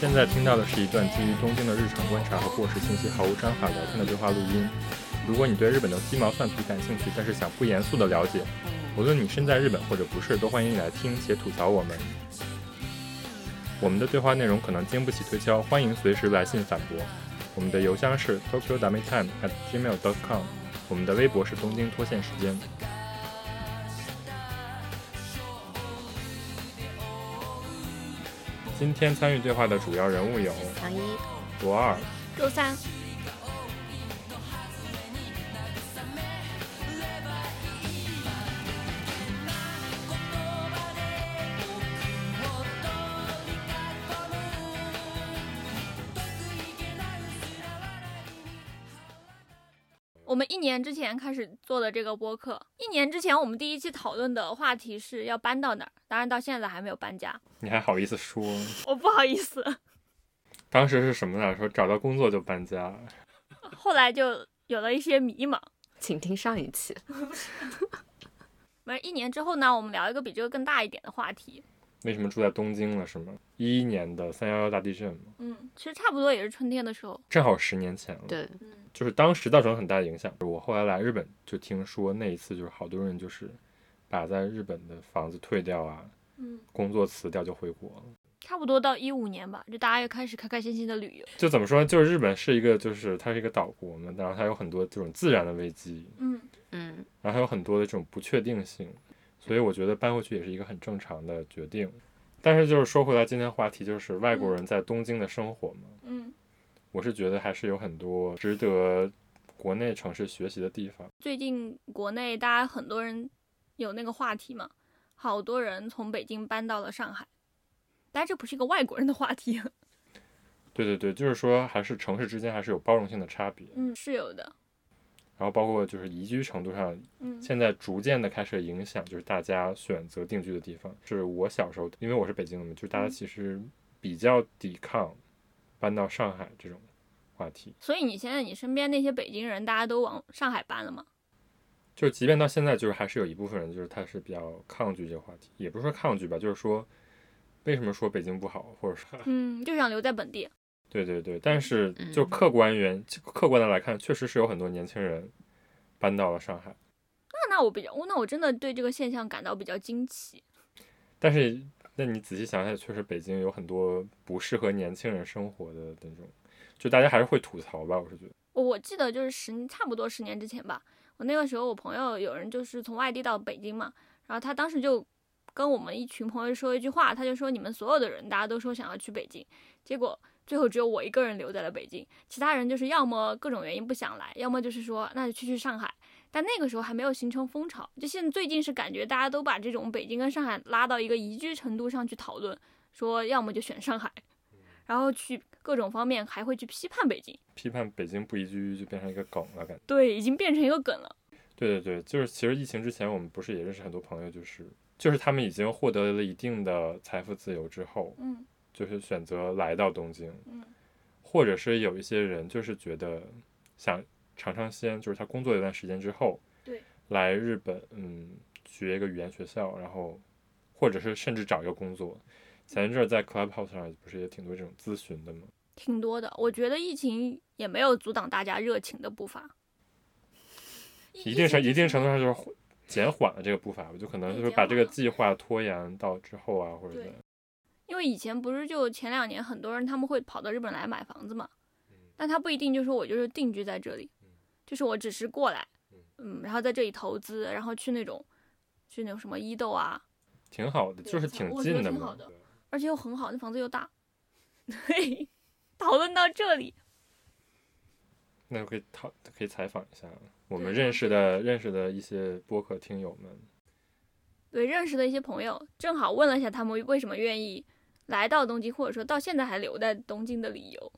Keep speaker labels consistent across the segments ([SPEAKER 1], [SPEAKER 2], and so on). [SPEAKER 1] 现在听到的是一段基于东京的日常观察和过时信息毫无章法聊天的对话录音。如果你对日本的鸡毛蒜皮感兴趣，但是想不严肃的了解，无论你身在日本或者不是，都欢迎你来听且吐槽我们。我们的对话内容可能经不起推敲，欢迎随时来信反驳。我们的邮箱是 tokyo d a m e t i m e at gmail dot com，我们的微博是东京脱线时间。今天参与对话的主要人物有
[SPEAKER 2] 唐一、
[SPEAKER 1] 罗二、
[SPEAKER 2] 周三、我们一年之前开始做的这个播客，一年之前我们第一期讨论的话题是要搬到哪儿，当然到现在还没有搬家，
[SPEAKER 1] 你还好意思说？
[SPEAKER 2] 我不好意思。
[SPEAKER 1] 当时是什么呢？说找到工作就搬家，
[SPEAKER 2] 后来就有了一些迷茫。
[SPEAKER 3] 请听上一期。
[SPEAKER 2] 没一年之后呢，我们聊一个比这个更大一点的话题。
[SPEAKER 1] 为什么住在东京了？是吗？一一年的三幺幺大地震嘛，
[SPEAKER 2] 嗯，其实差不多也是春天的时候。
[SPEAKER 1] 正好十年前了。
[SPEAKER 3] 对，
[SPEAKER 2] 嗯，
[SPEAKER 1] 就是当时造成了很大的影响。我后来来日本就听说那一次就是好多人就是把在日本的房子退掉啊，
[SPEAKER 2] 嗯，
[SPEAKER 1] 工作辞掉就回国了。
[SPEAKER 2] 差不多到一五年吧，就大家又开始开开心心的旅游。
[SPEAKER 1] 就怎么说呢，就是日本是一个就是它是一个岛国嘛，然后它有很多这种自然的危机，
[SPEAKER 2] 嗯，
[SPEAKER 3] 嗯，
[SPEAKER 1] 然后还有很多的这种不确定性，所以我觉得搬回去也是一个很正常的决定。但是就是说回来今天话题，就是外国人在东京的生活嘛，
[SPEAKER 2] 嗯，
[SPEAKER 1] 我是觉得还是有很多值得国内城市学习的地方。
[SPEAKER 2] 最近国内大家很多人有那个话题嘛，好多人从北京搬到了上海，但这不是一个外国人的话题，
[SPEAKER 1] 对对对，就是说还是城市之间还是有包容性的差别，
[SPEAKER 2] 嗯，是有的，
[SPEAKER 1] 然后包括就是宜居程度上，
[SPEAKER 2] 嗯
[SPEAKER 1] 现在逐渐的开始影响就是大家选择定居的地方。是我小时候，因为我是北京的嘛，就是大家
[SPEAKER 2] 嗯
[SPEAKER 1] 其实比较抵抗搬到上海这种话题。
[SPEAKER 2] 所以你现在你身边那些北京人，大家都往上海搬了嘛？
[SPEAKER 1] 就即便到现在，就是还是有一部分人，就是他是比较抗拒这个话题，也不是说抗拒吧，就是说为什么说北京不好，或者说
[SPEAKER 2] 嗯，就想留在本地。
[SPEAKER 1] 对对对，但是
[SPEAKER 3] 嗯
[SPEAKER 1] 就客观原、客观的来看，确实是有很多年轻人搬到了上海，
[SPEAKER 2] 那那我比较，那我真的对这个现象感到比较惊奇。
[SPEAKER 1] 但是那你仔细想想，确实北京有很多不适合年轻人生活的那种，就大家还是会吐槽吧，我是觉得，
[SPEAKER 2] 我我记得就是十差不多十年之前吧，我那个时候我朋友有人就是从外地到北京嘛，然后他当时就跟我们一群朋友说一句话，他就说你们所有的人大家都说想要去北京，结果最后只有我一个人留在了北京，其他人就是要么各种原因不想来，要么就是说那就去去上海。但那个时候还没有形成风潮，就现在最近是感觉大家都把这种北京跟上海拉到一个宜居程度上去讨论，说要么就选上海， 然后去各种方面还会去批判北京。
[SPEAKER 1] 批判北京不宜居就变成一个梗了，感觉。
[SPEAKER 2] 对，已经变成一个梗了。
[SPEAKER 1] 对对对，就是其实疫情之前，我们不是也认识很多朋友，就是就是他们已经获得了一定的财富自由之后，
[SPEAKER 2] 嗯
[SPEAKER 1] 就是选择来到东京，
[SPEAKER 2] 嗯
[SPEAKER 1] 或者是有一些人就是觉得想尝尝鲜，就是他工作一段时间之后，
[SPEAKER 2] 对，
[SPEAKER 1] 来日本，嗯，学一个语言学校，然后或者是甚至找一个工作。前一阵儿在 Clubhouse 上不是也挺多这种咨询的吗？
[SPEAKER 2] 挺多的。我觉得疫情也没有阻挡大家热情的步伐，
[SPEAKER 1] 一定程一定程度上就是缓减缓了这个步伐吧，就可能
[SPEAKER 2] 对
[SPEAKER 1] 就是
[SPEAKER 2] 减
[SPEAKER 1] 把这个
[SPEAKER 2] 缓了
[SPEAKER 1] 计划拖延到之后啊，或者
[SPEAKER 2] 对
[SPEAKER 1] 怎样
[SPEAKER 2] 因为以前不是就前两年很多人他们会跑到日本来买房子嘛，
[SPEAKER 1] 嗯
[SPEAKER 2] 但他不一定就说我就是定居在这里，就是我只是过来，嗯，然后在这里投资，然后去那种去那种什么伊豆啊，
[SPEAKER 1] 挺好的，
[SPEAKER 2] 对
[SPEAKER 1] 就是
[SPEAKER 2] 挺我觉
[SPEAKER 1] 近
[SPEAKER 2] 得
[SPEAKER 1] 的
[SPEAKER 2] 挺
[SPEAKER 1] 嘛
[SPEAKER 2] 好。的而且又很好，那房子又大。 对，讨论到这里，
[SPEAKER 1] 那我可以讨可以采访一下我们
[SPEAKER 2] 对
[SPEAKER 1] 认识的认识的一些播客听友们。
[SPEAKER 2] 对认识的一些朋友，正好问了一下他们为什么愿意来到东京，或者说到现在还留在东京的理由。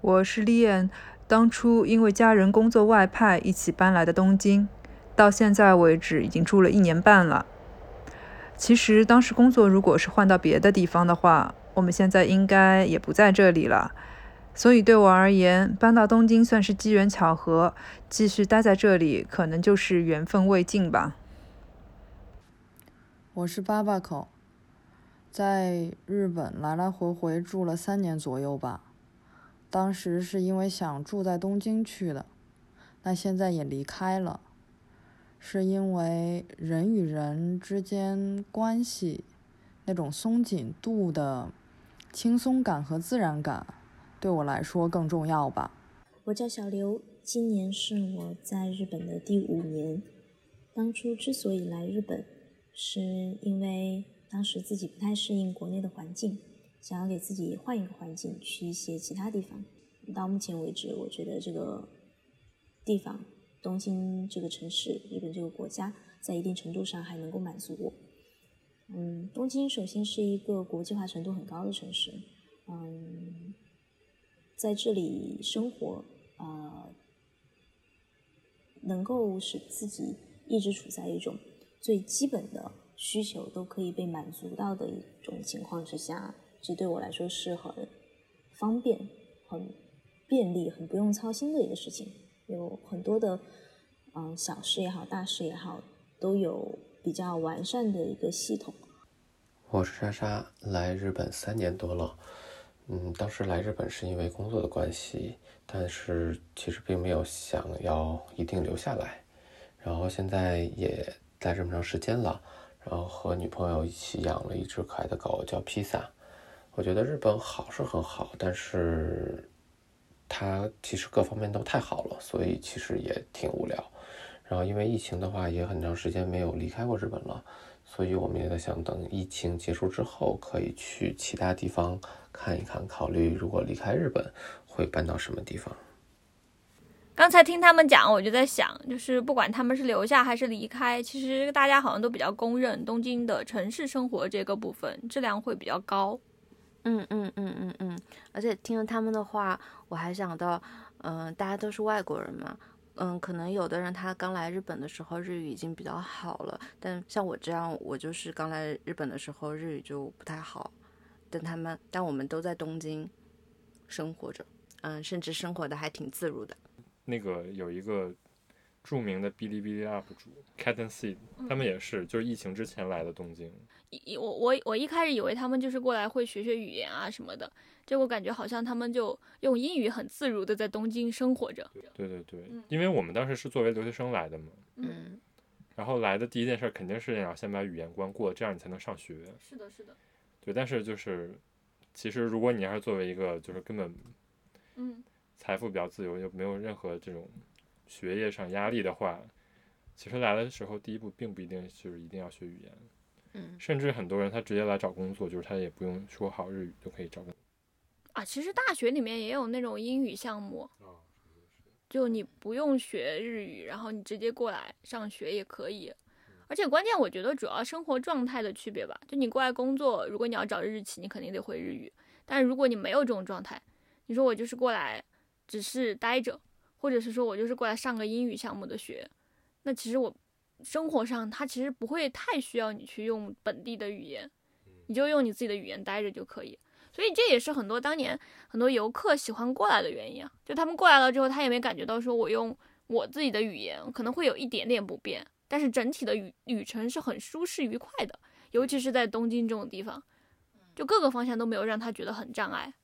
[SPEAKER 4] 我是 Lian，当初因为家人工作外派一起搬来的东京，到现在为止已经住了一年半了。其实当时工作如果是换到别的地方的话，我们现在应该也不在这里了。所以对我而言，搬到东京算是机缘巧合，继续待在这里可能就是缘分未尽吧。
[SPEAKER 5] 我是巴巴口，
[SPEAKER 3] 在日本来来回回住了三年左右吧。当时是因为想住在东京去的，那现在也离开了，是因为人与人之间关系那种松紧度的轻松感和自然感，对我来说更重要吧。
[SPEAKER 5] 我叫小刘，今年是我在日本的第五年。当初之所以来日本，是因为当时自己不太适应国内的环境，想要给自己换一个环境，去一些其他地方。到目前为止，我觉得这个地方，东京这个城市，日本这个国家，在一定程度上还能够满足我。嗯，东京首先是一个国际化程度很高的城市，嗯，在这里生活，呃，能够使自己一直处在一种最基本的需求都可以被满足到的一种情况之下，这对我来说是很方便、很便利、很不用操心的一个事情。有很多的，嗯，小事也好，大事也好，都有比较完善的一个系统。
[SPEAKER 6] 我是莎莎，来日本三年多了。嗯，当时来日本是因为工作的关系，但是其实并没有想要一定留下来。然后现在也待这么长时间了，然后和女朋友一起养了一只可爱的狗，叫披萨。我觉得日本好是很好，但是它其实各方面都太好了，所以其实也挺无聊。然后因为疫情的话，也很长时间没有离开过日本了，所以我们也在想，等疫情结束之后，可以去其他地方看一看，考虑如果离开日本会搬到什么地方。
[SPEAKER 2] 刚才听他们讲，我就在想，就是不管他们是留下还是离开，其实大家好像都比较公认东京的城市生活这个部分质量会比较高。
[SPEAKER 7] 嗯嗯嗯嗯嗯，而且听了他们的话，我还想到，嗯、大家都是外国人嘛，嗯，可能有的人他刚来日本的时候日语已经比较好了，但像我这样，我就是刚来日本的时候日语就不太好，但他们，但我们都在东京生活着，嗯，甚至生活的还挺自如的。
[SPEAKER 1] 那个有一个著名的哔哩哔哩 UP 主 Cat and Seed，他
[SPEAKER 2] 嗯
[SPEAKER 1] 们也是，就是疫情之前来的东京。
[SPEAKER 2] 一我我我一开始以为他们就是过来会学学语言啊什么的，结果感觉好像他们就用英语很自如的在东京生活着。
[SPEAKER 1] 对对对，因为我们当时是作为留学生来的嘛，
[SPEAKER 7] 嗯，
[SPEAKER 1] 然后来的第一件事肯定是要先把语言关过，这样你才能上学。
[SPEAKER 2] 是的，是的，
[SPEAKER 1] 对，但是就是其实如果你要是作为一个就是根本
[SPEAKER 2] 嗯，
[SPEAKER 1] 财富比较自由，又没有任何这种学业上压力的话，其实来的时候第一步并不一定就是一定要学语言，
[SPEAKER 7] 嗯
[SPEAKER 1] 甚至很多人他直接来找工作，就是他也不用说好日语就可以找工作。
[SPEAKER 2] 啊，其实大学里面也有那种英语项目，就你不用学日语，然后你直接过来上学也可以。而且关键，我觉得主要生活状态的区别吧，就你过来工作，如果你要找日企，你肯定得会日语；但如果你没有这种状态，你说我就是过来只是待着，或者是说我就是过来上个英语项目的学，那其实我生活上它其实不会太需要你去用本地的语言，你就用你自己的语言待着就可以。所以这也是很多当年很多游客喜欢过来的原因啊。就他们过来了之后，他也没感觉到说我用我自己的语言可能会有一点点不便，但是整体的旅旅程是很舒适愉快的，尤其是在东京这种地方，就各个方向都没有让他觉得很障碍。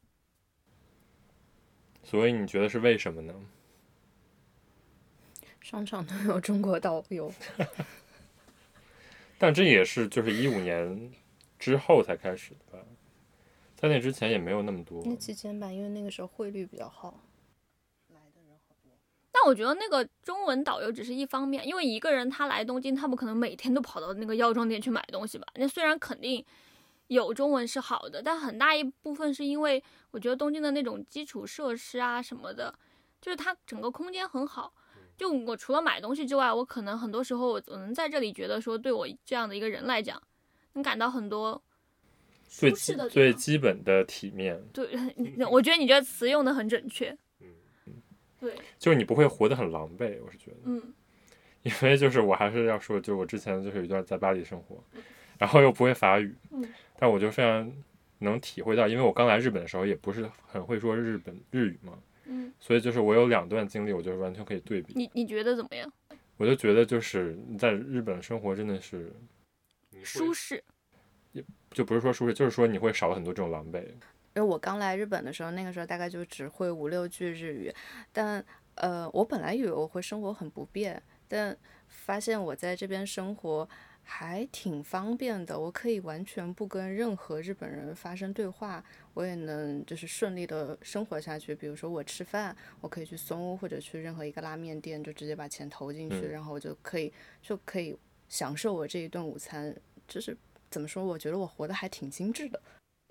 [SPEAKER 1] 所以你觉得是为什么呢？
[SPEAKER 7] 商场都有中国导游，
[SPEAKER 1] 但这也是就是一五年之后才开始的吧，在那之前也没有那么多。
[SPEAKER 7] 那期间吧，因为那个时候汇率比较好，
[SPEAKER 2] 但我觉得那个中文导游只是一方面，因为一个人他来东京，他不可能每天都跑到那个药妆店去买东西吧？那虽然肯定有中文是好的，但很大一部分是因为我觉得东京的那种基础设施啊什么的，就是它整个空间很好。
[SPEAKER 1] 嗯
[SPEAKER 2] 就我除了买东西之外，我可能很多时候我能在这里觉得说，对我这样的一个人来讲，能感到很多
[SPEAKER 1] 最
[SPEAKER 2] 舒
[SPEAKER 1] 基
[SPEAKER 2] 适的
[SPEAKER 1] 最嗯
[SPEAKER 2] 地方。
[SPEAKER 1] 基本的体面，
[SPEAKER 2] 对， 我觉得你这个词用的很准确。
[SPEAKER 1] 嗯
[SPEAKER 2] 对，
[SPEAKER 1] 就是你不会活得很狼狈，我是觉得。
[SPEAKER 2] 嗯，
[SPEAKER 1] 因为就是我还是要说，就是我之前就是有一段在巴黎生活，然后又不会法语，
[SPEAKER 2] 嗯
[SPEAKER 1] 但我就非常能体会到，因为我刚来日本的时候也不是很会说日本日语嘛，
[SPEAKER 2] 嗯，
[SPEAKER 1] 所以就是我有两段经历，我就是完全可以对比，
[SPEAKER 2] 你你觉得怎么样？
[SPEAKER 1] 我就觉得就是在日本生活真的是
[SPEAKER 2] 舒适。
[SPEAKER 1] 就不是说舒适，就是说你会少了很多这种狼狈。
[SPEAKER 8] 因为我刚来日本的时候，那个时候大概就只会五六句日语，但呃，我本来以为我会生活很不便，但发现我在这边生活还挺方便的，我可以完全不跟任何日本人发生对话，我也能就是顺利的生活下去。比如说我吃饭，我可以去松屋或者去任何一个拉面店，就直接把钱投进去，
[SPEAKER 1] 嗯
[SPEAKER 8] 然后我就可以就可以享受我这一顿午餐，就是。怎么说？我觉得我活得还挺精致的。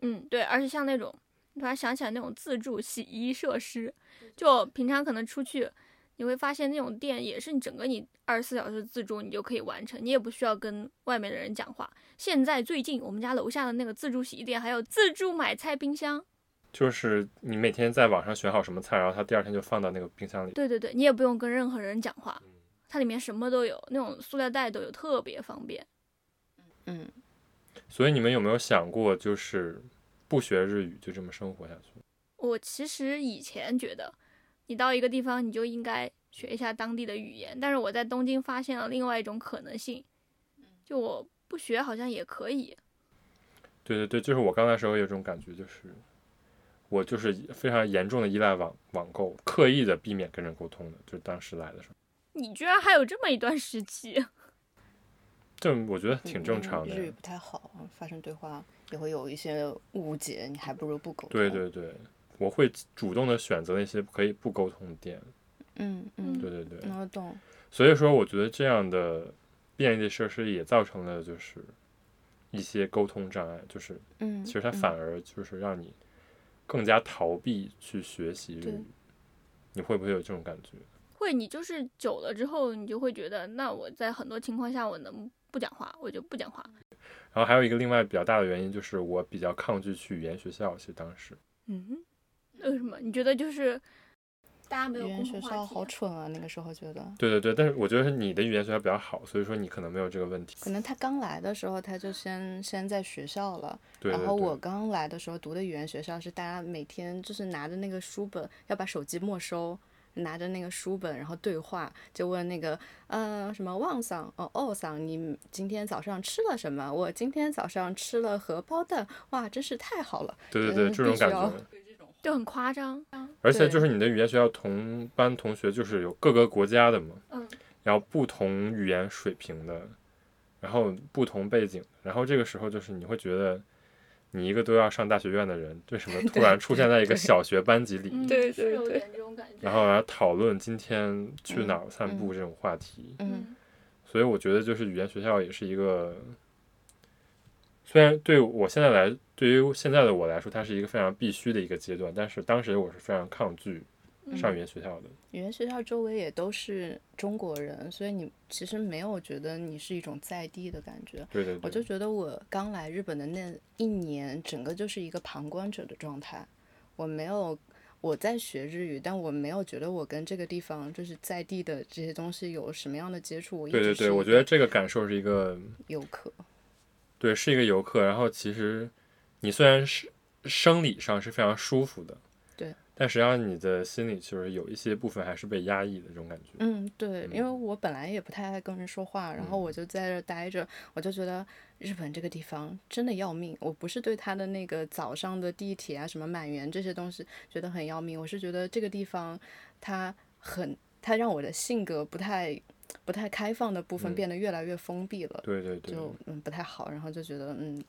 [SPEAKER 2] 嗯，对，而且像那种，突然想起来那种自助洗衣设施，就平常可能出去，你会发现那种店也是你整个你二十四小时自助你就可以完成，你也不需要跟外面的人讲话。现在最近我们家楼下的那个自助洗衣店还有自助买菜冰箱，
[SPEAKER 1] 就是你每天在网上选好什么菜，然后它第二天就放到那个冰箱里。
[SPEAKER 2] 对对对，你也不用跟任何人讲话，它里面什么都有，那种塑料袋都有，特别方便。
[SPEAKER 8] 嗯，
[SPEAKER 1] 所以你们有没有想过，就是不学日语就这么生活下去？
[SPEAKER 2] 我其实以前觉得，你到一个地方你就应该学一下当地的语言，但是我在东京发现了另外一种可能性，就我不学好像也可以。
[SPEAKER 1] 对对对，就是我刚才时候有种感觉，就是我就是非常严重的依赖网网购，刻意的避免跟人沟通的，就是当时来的时候，
[SPEAKER 2] 你居然还有这么一段时期，
[SPEAKER 1] 这我觉得
[SPEAKER 2] 嗯
[SPEAKER 1] 挺正常的。
[SPEAKER 8] 日语不太好，发生对话也会有一些误解，你还不如不沟通。
[SPEAKER 1] 对，对对，我会主动的选择那些可以不沟通的店。
[SPEAKER 8] 嗯
[SPEAKER 2] 嗯
[SPEAKER 8] 嗯，
[SPEAKER 1] 对对对，
[SPEAKER 8] 嗯我懂。
[SPEAKER 1] 所以说我觉得这样的便利设施也造成了就是一些沟通障碍，就是
[SPEAKER 8] 嗯，
[SPEAKER 1] 其实它反而就是让你更加逃避去学习日
[SPEAKER 8] 对
[SPEAKER 1] 语。你会不会有这种感觉？
[SPEAKER 2] 会你就是久了之后，你就会觉得，那我在很多情况下我能不讲话，我就不讲话。
[SPEAKER 1] 然后还有一个另外比较大的原因就是我比较抗拒去语言学校，其实当时
[SPEAKER 2] 嗯，为什么？你觉得就是大家
[SPEAKER 8] 嗯
[SPEAKER 2] 没有
[SPEAKER 8] 语
[SPEAKER 2] 共
[SPEAKER 8] 言
[SPEAKER 2] 同
[SPEAKER 8] 学
[SPEAKER 2] 话
[SPEAKER 8] 校
[SPEAKER 2] 题
[SPEAKER 8] 好
[SPEAKER 2] 啊？
[SPEAKER 8] 蠢啊！那个时候觉得，
[SPEAKER 1] 对对对，但是我觉得是你的语言学校比较好，所以说你可能没有这个问题。
[SPEAKER 8] 可能他刚来的时候他就先先在学校了，
[SPEAKER 1] 对对
[SPEAKER 8] 然后我
[SPEAKER 1] 对，
[SPEAKER 8] 刚来的时候读的语言学校是大家每天就是拿着那个书本要把手机没收，拿着那个书本然后对话，就问那个呃什么旺桑哦哦桑，你今天早上吃了什么？我今天早上吃了荷包蛋，哇，真是太好了！
[SPEAKER 1] 对对对，
[SPEAKER 8] 嗯
[SPEAKER 1] 这种
[SPEAKER 8] 必须
[SPEAKER 1] 感
[SPEAKER 8] 要
[SPEAKER 1] 觉。
[SPEAKER 2] 就很夸张。
[SPEAKER 1] 而且
[SPEAKER 8] 对
[SPEAKER 1] 就是你的语言学校同班同学就是有各个国家的嘛，
[SPEAKER 2] 嗯，
[SPEAKER 1] 然后不同语言水平的，然后不同背景，然后这个时候就是你会觉得，你一个都要上大学院的人，为什么突然出现在一个小学班级里？
[SPEAKER 2] 嗯
[SPEAKER 8] 对
[SPEAKER 2] 是
[SPEAKER 8] 对
[SPEAKER 2] 有
[SPEAKER 8] 对
[SPEAKER 2] 点这种感觉。
[SPEAKER 1] 然后来讨论今天去哪儿散
[SPEAKER 8] 嗯
[SPEAKER 1] 步这种话题，
[SPEAKER 8] 嗯
[SPEAKER 2] 嗯，
[SPEAKER 1] 所以我觉得就是语言学校也是一个，虽然对我现在来，对于现在的我来说，它是一个非常必须的一个阶段，但是当时我是非常抗拒
[SPEAKER 8] 嗯
[SPEAKER 1] 上语言学校的。
[SPEAKER 8] 语言学校周围也都是中国人，所以你其实没有觉得你是一种在地的感觉。
[SPEAKER 1] 对对对，
[SPEAKER 8] 我就觉得我刚来日本的那一年，整个就是一个旁观者的状态。我没有我在学日语，但我没有觉得我跟这个地方就是在地的这些东西有什么样的接触。我一
[SPEAKER 1] 对对
[SPEAKER 8] 直
[SPEAKER 1] 对，
[SPEAKER 8] 是
[SPEAKER 1] 我
[SPEAKER 8] 一
[SPEAKER 1] 觉得
[SPEAKER 8] 个
[SPEAKER 1] 这个感受是一个，
[SPEAKER 8] 游客，
[SPEAKER 1] 对，是一个游客。然后其实你虽然是生理上是非常舒服的，
[SPEAKER 8] 对，
[SPEAKER 1] 但实际上你的心里就是有一些部分还是被压抑的这种感觉。
[SPEAKER 8] 嗯，对，因为我本来也不太爱跟人说话，然后我就在这儿待着，我就觉得日本这个地方真的要命。我不是对它的那个早上的地铁啊、什么满员这些东西觉得很要命，我是觉得这个地方它很，它让我的性格不太不太开放的部分
[SPEAKER 1] 嗯
[SPEAKER 8] 变得越来越封闭了，
[SPEAKER 1] 对对对，
[SPEAKER 8] 就嗯不太好，然后就觉得嗯。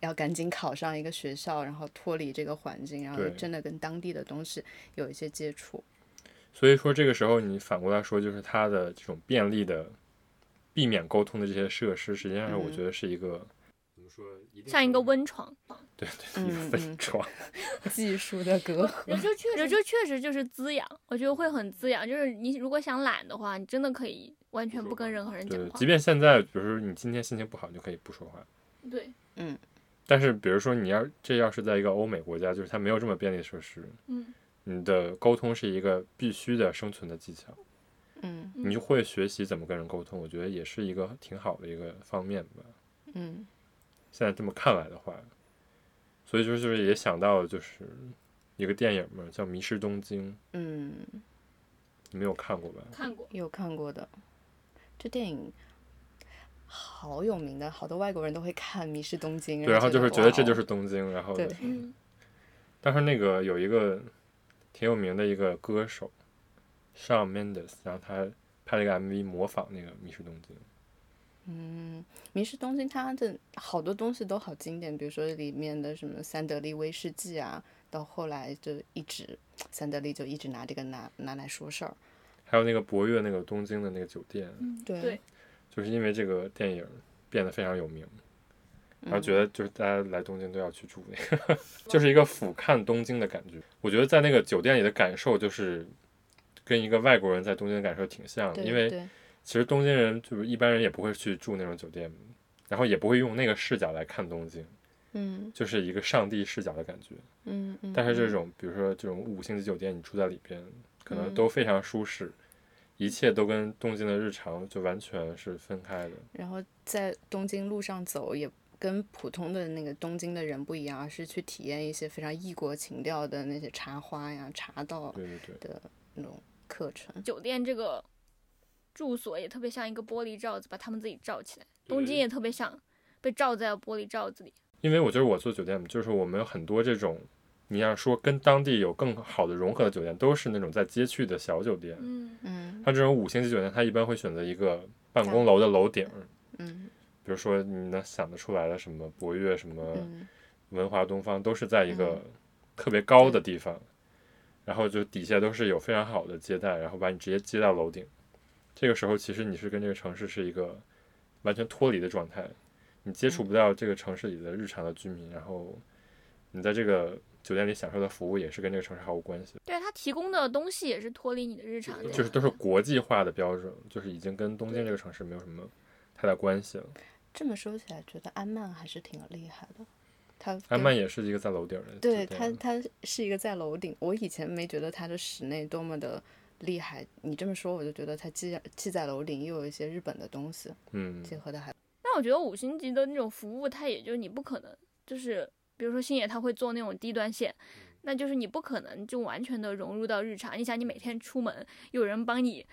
[SPEAKER 8] 要赶紧考上一个学校，然后脱离这个环境，然后
[SPEAKER 1] 对
[SPEAKER 8] 真的跟当地的东西有一些接触。
[SPEAKER 1] 所以说这个时候你反过来说，就是它的这种便利的避免沟通的这些设施，实际上是我
[SPEAKER 8] 嗯
[SPEAKER 1] 觉得是一个、
[SPEAKER 2] 像一个温床。
[SPEAKER 1] 对对对一个
[SPEAKER 8] 嗯
[SPEAKER 1] 分
[SPEAKER 8] 嗯
[SPEAKER 1] 床。
[SPEAKER 8] 技术的隔阂，
[SPEAKER 2] 人就确实，人就确实就是滋养，我觉得会很滋养。就是你如果想懒的话，你真的可以完全不跟任何人
[SPEAKER 1] 对
[SPEAKER 2] 讲
[SPEAKER 1] 对，
[SPEAKER 2] 话
[SPEAKER 1] 即。便现在，比如说你今天心情不好，你就可以不说话。
[SPEAKER 2] 对，
[SPEAKER 1] 但是比如说你要这要是在一个欧美国家，就是它没有这么便利的设施，
[SPEAKER 2] 嗯，
[SPEAKER 1] 你的沟通是一个必须的生存的技巧，
[SPEAKER 8] 嗯。
[SPEAKER 1] 你就会学习怎么跟人沟通，我觉得也是一个挺好的一个方面吧。
[SPEAKER 8] 嗯
[SPEAKER 1] 现在这么看来的话，所以就是就是也想到就是一个电影嘛，叫《迷失东京》，
[SPEAKER 8] 嗯，
[SPEAKER 1] 你没有看过吧？
[SPEAKER 2] 看过。
[SPEAKER 8] 有看过的。这电影好有名的，好多外国人都会看《迷失东京》，啊
[SPEAKER 1] 对，然后就是觉得这就是
[SPEAKER 8] 哦
[SPEAKER 1] 是东京，然后
[SPEAKER 8] 对
[SPEAKER 2] 嗯，
[SPEAKER 1] 当时那个有一个挺有名的一个歌手，Shawn Mendes，然后他拍了一个 MV 模仿那个《迷失东京》，
[SPEAKER 8] 《迷失东京》，它的好多东西都好经典，比如说里面的什么三得利威士忌啊，到后来就一直三得利就一直拿这个拿拿来说事儿，
[SPEAKER 1] 还有那个博越那个东京的那个酒店，
[SPEAKER 8] 对
[SPEAKER 2] 对
[SPEAKER 1] 就是因为这个电影变得非常有名，然
[SPEAKER 8] 嗯
[SPEAKER 1] 后觉得就是大家来东京都要去住那个， 就是一个俯瞰东京的感觉。我觉得在那个酒店里的感受就是跟一个外国人在东京的感受挺像的，
[SPEAKER 8] 对
[SPEAKER 1] 因为
[SPEAKER 8] 对
[SPEAKER 1] 其实东京人就是一般人也不会去住那种酒店，然后也不会用那个视角来看东京，
[SPEAKER 8] 嗯
[SPEAKER 1] 就是一个上帝视角的感觉。
[SPEAKER 8] 嗯嗯，
[SPEAKER 1] 但是这
[SPEAKER 8] 嗯
[SPEAKER 1] 种，比如说这种五星级酒店，你住在里边，可能都非常舒适，一切都跟东京的日常就完全是分开的。
[SPEAKER 8] 然后在东京路上走也跟普通的那个东京的人不一样，而是去体验一些非常异国情调的那些茶花呀、茶道啊
[SPEAKER 1] 对对对，
[SPEAKER 8] 的那种课程。
[SPEAKER 2] 酒店这个住所也特别像一个玻璃罩子，把他们自己罩起来。东京也特别像被罩在玻璃罩子里。
[SPEAKER 1] 因为我觉得我做酒店，就是我们有很多这种，你要说跟当地有更好的融合的酒店，都是那种在街区的小酒店。
[SPEAKER 2] 嗯，
[SPEAKER 8] 嗯
[SPEAKER 1] 它这种五星级酒店，它一般会选择一个办公楼的楼顶，
[SPEAKER 8] 嗯
[SPEAKER 1] 比如说你能想得出来的什么博悦、什么
[SPEAKER 8] 嗯，
[SPEAKER 1] 文华东方，都是在一个特别高的地方，然后就底下都是有非常好的接待，然后把你直接接到楼顶。这个时候，其实你是跟这个城市是一个完全脱离的状态，你接
[SPEAKER 8] 嗯
[SPEAKER 1] 触不到这个城市里的日常的居民，然后你在这个酒店里享受的服务也是跟这个城市毫无关系的，
[SPEAKER 2] 对，它提供的东西也是脱离你的日
[SPEAKER 8] 哎
[SPEAKER 2] 常的。
[SPEAKER 1] 就是都是国际化的标准，就是已经跟东京这个城市没有什么太大关系了。
[SPEAKER 8] 这么说起来，觉得安曼还是挺厉害的。他
[SPEAKER 1] 安曼也是一个在楼顶的酒
[SPEAKER 8] 对
[SPEAKER 1] 店，
[SPEAKER 8] 它，它是一个在楼顶。我以前没觉得它的室内多么的厉害，你这么说我就觉得它既既在楼顶，又有一些日本的东西
[SPEAKER 1] 嗯，
[SPEAKER 8] 结合的还
[SPEAKER 2] 但我觉得五星级的那种服务，它也就你不可能，就是比如说星野他会做那种低端线，那就是你不可能就完全的融入到日常。你想，你每天出门有人帮你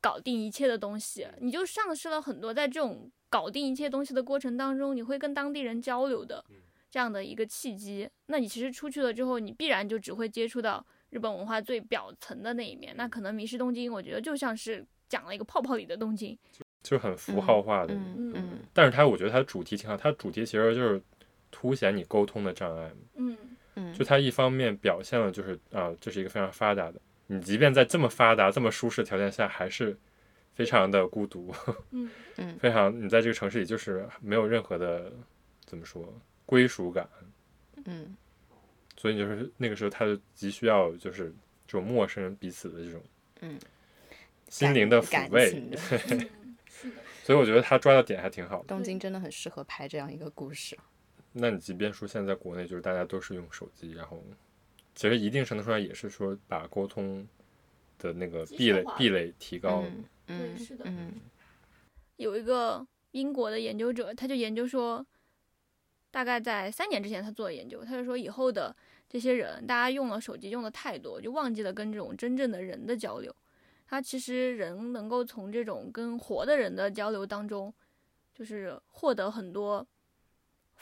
[SPEAKER 2] 搞定一切的东西，你就丧失了很多在这种搞定一切东西的过程当中，你会跟当地人交流的这样的一个契机。那你其实出去了之后，你必然就只会接触到日本文化最表层的那一面。那可能迷失东京，我觉得就像是讲了一个泡泡里的东京。
[SPEAKER 1] 就很符号化的。
[SPEAKER 8] 嗯嗯
[SPEAKER 1] 但是它，我觉得它的主题挺好，它主题其实就是凸显你沟通的障碍。
[SPEAKER 2] 嗯。
[SPEAKER 8] 嗯
[SPEAKER 1] 就它一方面表现了就是啊、这是一个非常发达的，你即便在这么发达、这么舒适的条件下，还是非常的孤独，
[SPEAKER 2] 嗯
[SPEAKER 8] 嗯
[SPEAKER 1] 非常你在这个城市里就是没有任何的怎么说归属感，
[SPEAKER 8] 嗯
[SPEAKER 1] 所以你就是那个时候他就急需要就是这种陌生人彼此的这种
[SPEAKER 8] 嗯
[SPEAKER 1] 心灵的
[SPEAKER 8] 感
[SPEAKER 1] 抚
[SPEAKER 8] 感
[SPEAKER 1] 慰
[SPEAKER 8] 情，的
[SPEAKER 1] 所以我觉得他抓的点还挺好的。
[SPEAKER 8] 东京真的很适合拍这样一个故事。
[SPEAKER 1] 那你即便说现在国内就是大家都是用手机，然后其实一定程度上也是说把沟通的那个
[SPEAKER 2] 极
[SPEAKER 1] 壁
[SPEAKER 2] 限
[SPEAKER 1] 垒
[SPEAKER 2] 化了
[SPEAKER 1] 壁垒提高。
[SPEAKER 8] 嗯嗯
[SPEAKER 2] 对是的
[SPEAKER 8] 嗯
[SPEAKER 2] 有一个英国的研究者，他就研究说，大概在三年之前他做了研究，他就说以后的这些人，大家用了手机用的太多，就忘记了跟这种真正的人的交流。他其实人能够从这种跟活的人的交流当中，就是获得很多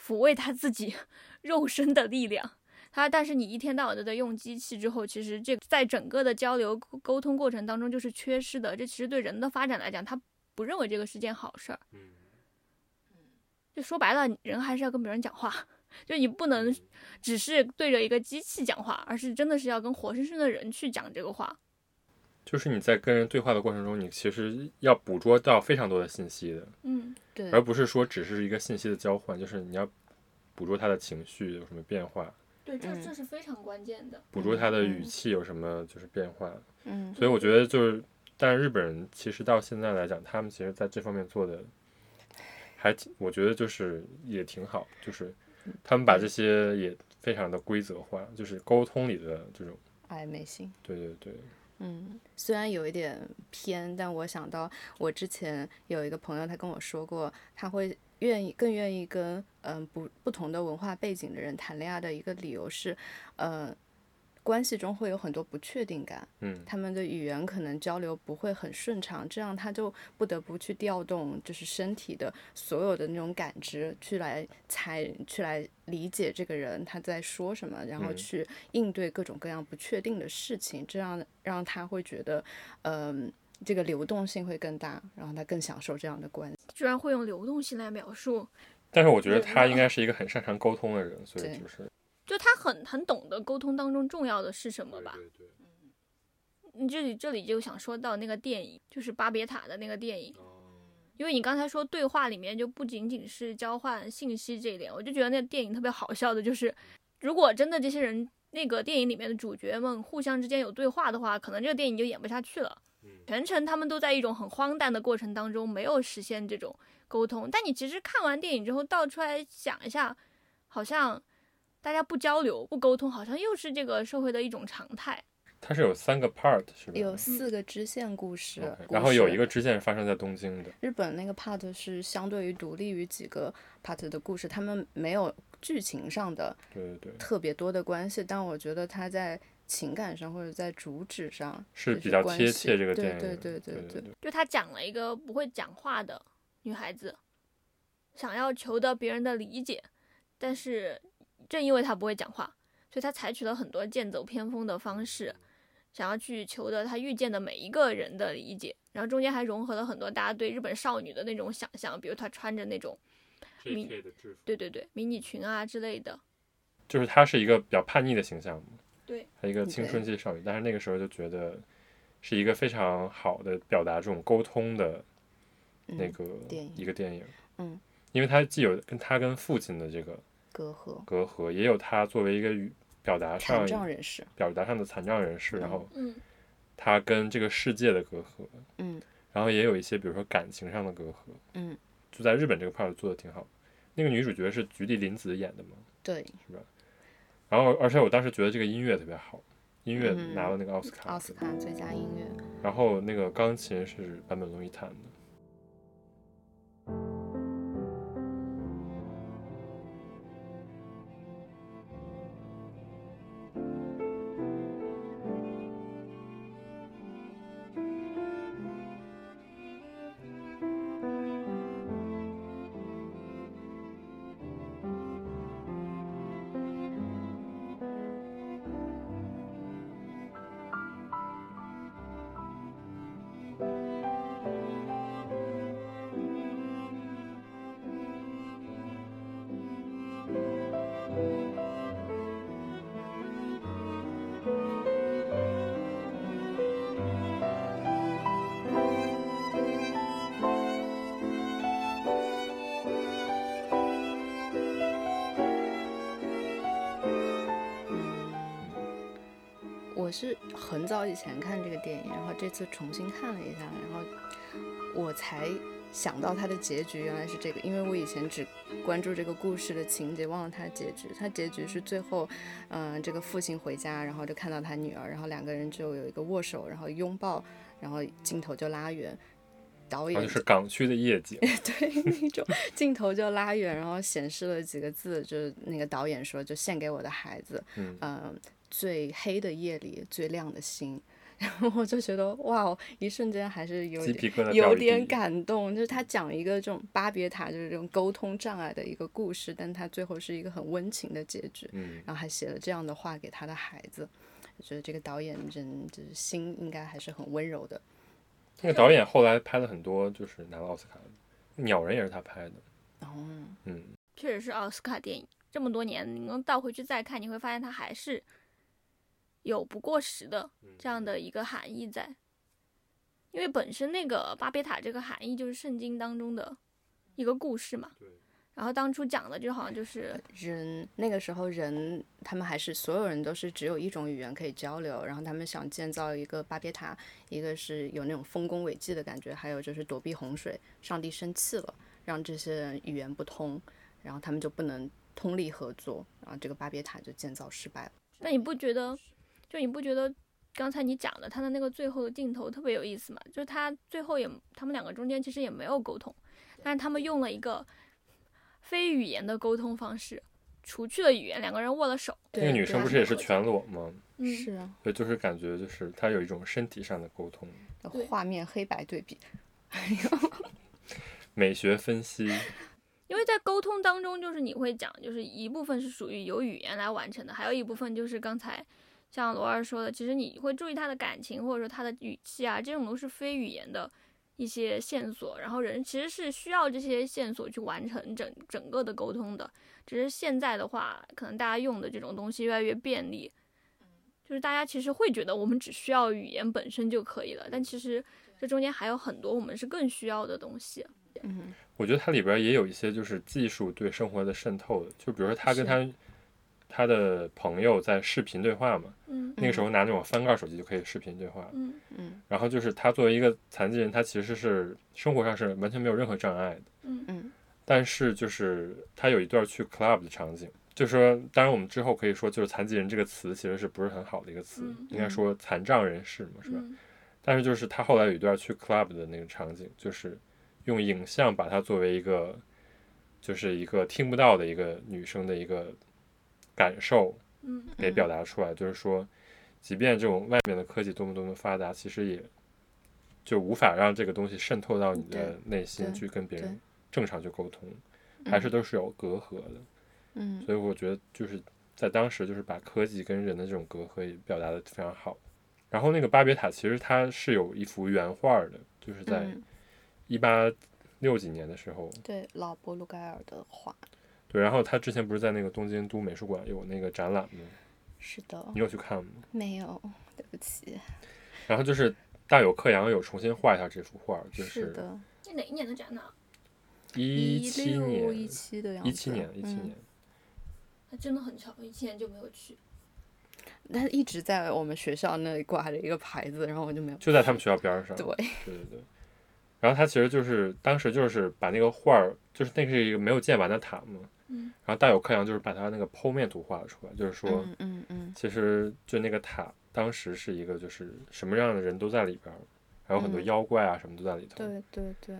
[SPEAKER 2] 抚慰他自己 肉身的力量。他但是你一天到晚都在用机器之后，其实这在整个的交流沟沟通过程当中就是缺失的。这其实对人的发展来讲，他不认为这个是件好事儿。就说白了，人还是要跟别人讲话，就你不能只是对着一个机器讲话，而是真的是要跟活生生的人去讲这个话。
[SPEAKER 1] 就是你在跟人对话的过程中，你其实要捕捉到非常多的信息的，
[SPEAKER 2] 嗯，
[SPEAKER 8] 对
[SPEAKER 1] 而不是说只是一个信息的交换，就是你要捕捉他的情绪有什么变化，
[SPEAKER 2] 对，
[SPEAKER 8] 这这
[SPEAKER 2] 是非常关键的。
[SPEAKER 1] 捕捉他的
[SPEAKER 8] 嗯
[SPEAKER 1] 语气有什么就是变化。
[SPEAKER 8] 嗯
[SPEAKER 1] 所以我觉得就是，但是日本人其实到现在来讲，他们其实在这方面做的还挺，我觉得就是也挺好，就是他们把这些也非常的规则化，就是沟通里的这种，
[SPEAKER 8] 暧昧性。
[SPEAKER 1] 对对对，
[SPEAKER 8] 嗯，虽然有一点偏，但我想到我之前有一个朋友，他跟我说过，他会愿意更愿意跟嗯、不不同的文化背景的人谈恋爱的一个理由是，呃，关系中会有很多不确定感，
[SPEAKER 1] 嗯
[SPEAKER 8] 他们的语言可能交流不会很顺畅，这样他就不得不去调动就是身体的所有的那种感知，去来才去来理解这个人他在说什么，然后
[SPEAKER 1] 嗯
[SPEAKER 8] 去应对各种各样不确定的事情，这样让他会觉得，嗯、这个流动性会更大，然后他更享受这样的关系。
[SPEAKER 2] 居然会用流动性来描述，
[SPEAKER 1] 但是我觉得他
[SPEAKER 2] 人
[SPEAKER 1] 应该是一个很擅长沟通的人，所以
[SPEAKER 8] 对
[SPEAKER 1] 就是
[SPEAKER 2] 就他很很懂得沟通当中重要的是什么吧。
[SPEAKER 1] 对，
[SPEAKER 2] 你这里这里就想说到那个电影，就是巴别塔的那个电影，因为你刚才说对话里面就不仅仅是交换信息这一点，我就觉得那个电影特别好笑的，就是如果真的这些人那个电影里面的主角们互相之间有对话的话，可能这个电影就演不下去了。全程他们都在一种很荒诞的过程当中，没有实现这种沟通。但你其实看完电影之后倒出来想一下，好像大家不交流、不沟通，好像又是这个社会的一种常态。
[SPEAKER 1] 他是有三个 part 是吧？嗯
[SPEAKER 8] 有四个支线故事
[SPEAKER 1] OK，，
[SPEAKER 8] 故
[SPEAKER 1] 然后有
[SPEAKER 8] 事
[SPEAKER 1] 一个支线发生在东京的，
[SPEAKER 8] 日本那个 part 是相对于独立于几个 part 的故事，他们没有剧情上的
[SPEAKER 1] 对对对，
[SPEAKER 8] 特别多的关系，但我觉得它在情感上或者在主旨上
[SPEAKER 1] 是
[SPEAKER 8] 就
[SPEAKER 1] 比较
[SPEAKER 8] 关
[SPEAKER 1] 贴
[SPEAKER 8] 系
[SPEAKER 1] 切这个电影
[SPEAKER 8] 对
[SPEAKER 1] 的，
[SPEAKER 8] 对
[SPEAKER 1] 对
[SPEAKER 8] 对对
[SPEAKER 1] 对
[SPEAKER 8] 对，
[SPEAKER 2] 就他讲了一个不会讲话的女孩子，想要求得别人的理解，但是正因为她不会讲话，所以她采取了很多剑走偏锋的方式，想要去求得她遇见的每一个人的理解。然后中间还融合了很多大家对日本少女的那种想象，比如她穿着那种，明
[SPEAKER 1] 的制服，
[SPEAKER 2] 对对对，迷你裙啊之类的。
[SPEAKER 1] 就是她是一个比较叛逆的形象嘛，
[SPEAKER 2] 对，
[SPEAKER 1] 她一个青春期少女，但是那个时候就觉得是一个非常好的表达这种沟通的那
[SPEAKER 8] 嗯
[SPEAKER 1] 个
[SPEAKER 8] 电影
[SPEAKER 1] 一个电影，
[SPEAKER 8] 嗯，
[SPEAKER 1] 因为她既有跟她跟父亲的这个
[SPEAKER 8] 隔阂，
[SPEAKER 1] 隔阂，也有她作为一个语表达
[SPEAKER 8] 残
[SPEAKER 1] 上
[SPEAKER 8] 障人士，
[SPEAKER 1] 表达上的残障人士，然后
[SPEAKER 2] 嗯，
[SPEAKER 1] 她跟这个世界的隔阂，
[SPEAKER 8] 嗯
[SPEAKER 1] 然后也有一些比如说感情上的隔阂，
[SPEAKER 8] 嗯，
[SPEAKER 1] 就在日本这个 part 做的挺好。那个女主角是菊地凛子演的嘛，
[SPEAKER 8] 对，
[SPEAKER 1] 然后而且我当时觉得这个音乐特别好，音乐
[SPEAKER 8] 嗯
[SPEAKER 1] 拿了那个奥斯卡，
[SPEAKER 8] 奥斯卡最佳音乐，
[SPEAKER 1] 然后那个钢琴是坂本龙一弹的。
[SPEAKER 8] 我是很早以前看这个电影，然后这次重新看了一下，然后我才想到它的结局原来是这个，因为我以前只关注这个故事的情节，忘了它的结局。它结局是最后，嗯、这个父亲回家，然后就看到他女儿，然后两个人就有一个握手，然后拥抱，然后镜头就拉远。导
[SPEAKER 1] 然
[SPEAKER 8] 演
[SPEAKER 1] 后就是港区的夜景，
[SPEAKER 8] 对那种镜头就拉远，然后显示了几个字，就是那个导演说就献给我的孩子，
[SPEAKER 1] 嗯
[SPEAKER 8] 呃，最黑的夜里最亮的星。 然后我就觉得哇哦，一瞬间还是有
[SPEAKER 1] 鸡
[SPEAKER 8] 点
[SPEAKER 1] 皮疙瘩掉
[SPEAKER 8] 有
[SPEAKER 1] 一
[SPEAKER 8] 点
[SPEAKER 1] 地。
[SPEAKER 8] 感动，就是他讲一个这种巴别塔就是这种沟通障碍的一个故事，但他最后是一个很温情的结局，
[SPEAKER 1] 嗯，
[SPEAKER 8] 然后还写了这样的话给他的孩子。我觉得这个导演人就是心应该还是很温柔的，
[SPEAKER 1] 那个导演后来拍了很多，就是拿了奥斯卡的，《鸟人》也是他拍的。
[SPEAKER 8] 然后
[SPEAKER 1] 嗯，
[SPEAKER 2] 确实是奥斯卡电影。这么多年，你能倒回去再看，你会发现它还是有不过时的这样的一个含义在。因为本身那个巴别塔这个含义就是圣经当中的一个故事嘛。然后当初讲的就好像就是
[SPEAKER 8] 人那个时候人，他们还是所有人都是只有一种语言可以交流，然后他们想建造一个巴别塔，一个是有那种丰功伟绩的感觉，还有就是躲避洪水，上帝生气了，让这些人语言不通，然后他们就不能通力合作，然后这个巴别塔就建造失败了。
[SPEAKER 2] 那你不觉得，就你不觉得刚才你讲的他的那个最后的镜头特别有意思吗？就是他最后也，他们两个中间其实也没有沟通，但是他们用了一个非语言的沟通方式，除去了语言，两个人握了手。
[SPEAKER 1] 那个女
[SPEAKER 8] 啊
[SPEAKER 1] 生不是也是全裸吗？
[SPEAKER 2] 嗯，
[SPEAKER 8] 是啊，
[SPEAKER 1] 对，就是感觉就是她有一种身体上的沟通。
[SPEAKER 8] 画面黑白对比，
[SPEAKER 1] 美学分析，
[SPEAKER 2] 因为在沟通当中，就是你会讲，就是一部分是属于由语言来完成的，还有一部分就是刚才像罗二说的，其实你会注意他的感情或者说他的语气啊，这种都是非语言的一些线索。然后人其实是需要这些线索去完成整整个的沟通的，只是现在的话，可能大家用的这种东西越来越便利，就是大家其实会觉得我们只需要语言本身就可以了，但其实这中间还有很多我们是更需要的东西。
[SPEAKER 7] 嗯，
[SPEAKER 1] 我觉得它里边也有一些就是技术对生活的渗透的，就比如说她跟她她的朋友在视频对话嘛，
[SPEAKER 2] 嗯
[SPEAKER 1] 那个时候拿那种翻盖手机就可以视频对话，
[SPEAKER 2] 嗯。
[SPEAKER 1] 然后就是她作为一个残疾人，她其实是生活上是完全没有任何障碍的。
[SPEAKER 2] 嗯
[SPEAKER 7] 嗯。
[SPEAKER 1] 但是就是她有一段去 club 的场景，就是说，当然我们之后可以说，就是残疾人这个词其实是不是很好的一个词，
[SPEAKER 2] 嗯
[SPEAKER 1] 应该说残障人士嘛，是吧？
[SPEAKER 2] 嗯
[SPEAKER 1] 但是就是她后来有一段去 club 的那个场景，就是用影像把她作为一个，就是一个听不到的一个女生的一个感受，
[SPEAKER 2] 嗯
[SPEAKER 1] 给表达出来，就是说，即便这种外面的科技多么多么发达，其实也就无法让这个东西渗透到你的内心
[SPEAKER 7] 对
[SPEAKER 1] 去跟别人
[SPEAKER 7] 对
[SPEAKER 1] 正常去沟通，还是都是有隔阂的。
[SPEAKER 7] 嗯
[SPEAKER 1] 所以我觉得就是在当时，就是把科技跟人的这种隔阂也表达的非常好。然后那个巴别塔其实它是有一幅原画的，就是在
[SPEAKER 7] 嗯
[SPEAKER 1] 一八六几年的时候，
[SPEAKER 7] 对，老伯鲁盖尔的画
[SPEAKER 1] 对。然后他之前不是在那个东京都美术馆有那个展览吗？
[SPEAKER 7] 是的
[SPEAKER 1] 你，有去看吗？
[SPEAKER 7] 没有，对不起，
[SPEAKER 1] 然后就是大有克洋有重新画一下这幅画，就是是
[SPEAKER 7] 的，
[SPEAKER 2] 那哪一年的展览啊？
[SPEAKER 1] 一七
[SPEAKER 8] 六一
[SPEAKER 1] 年，
[SPEAKER 8] 七嗯的样子，
[SPEAKER 1] 一七年，一
[SPEAKER 7] 嗯
[SPEAKER 1] 七年，
[SPEAKER 2] 还真的很巧，一七年就没有去。
[SPEAKER 8] 但是一直在我们学校那里挂着一个牌子，然后我就没有
[SPEAKER 1] 就在他们学校边儿上。
[SPEAKER 8] 对，
[SPEAKER 1] 对对对。然后他其实就是当时就是把那个画儿，就是那是一个没有建完的塔嘛。
[SPEAKER 2] 嗯。
[SPEAKER 1] 然后大有克洋就是把他那个剖面图画了出来，就是说，
[SPEAKER 7] 嗯嗯嗯
[SPEAKER 1] 其实就那个塔当时是一个就是什么样的人都在里边儿，还有很多
[SPEAKER 7] 嗯
[SPEAKER 1] 妖怪啊什么都在里头。
[SPEAKER 7] 对对对，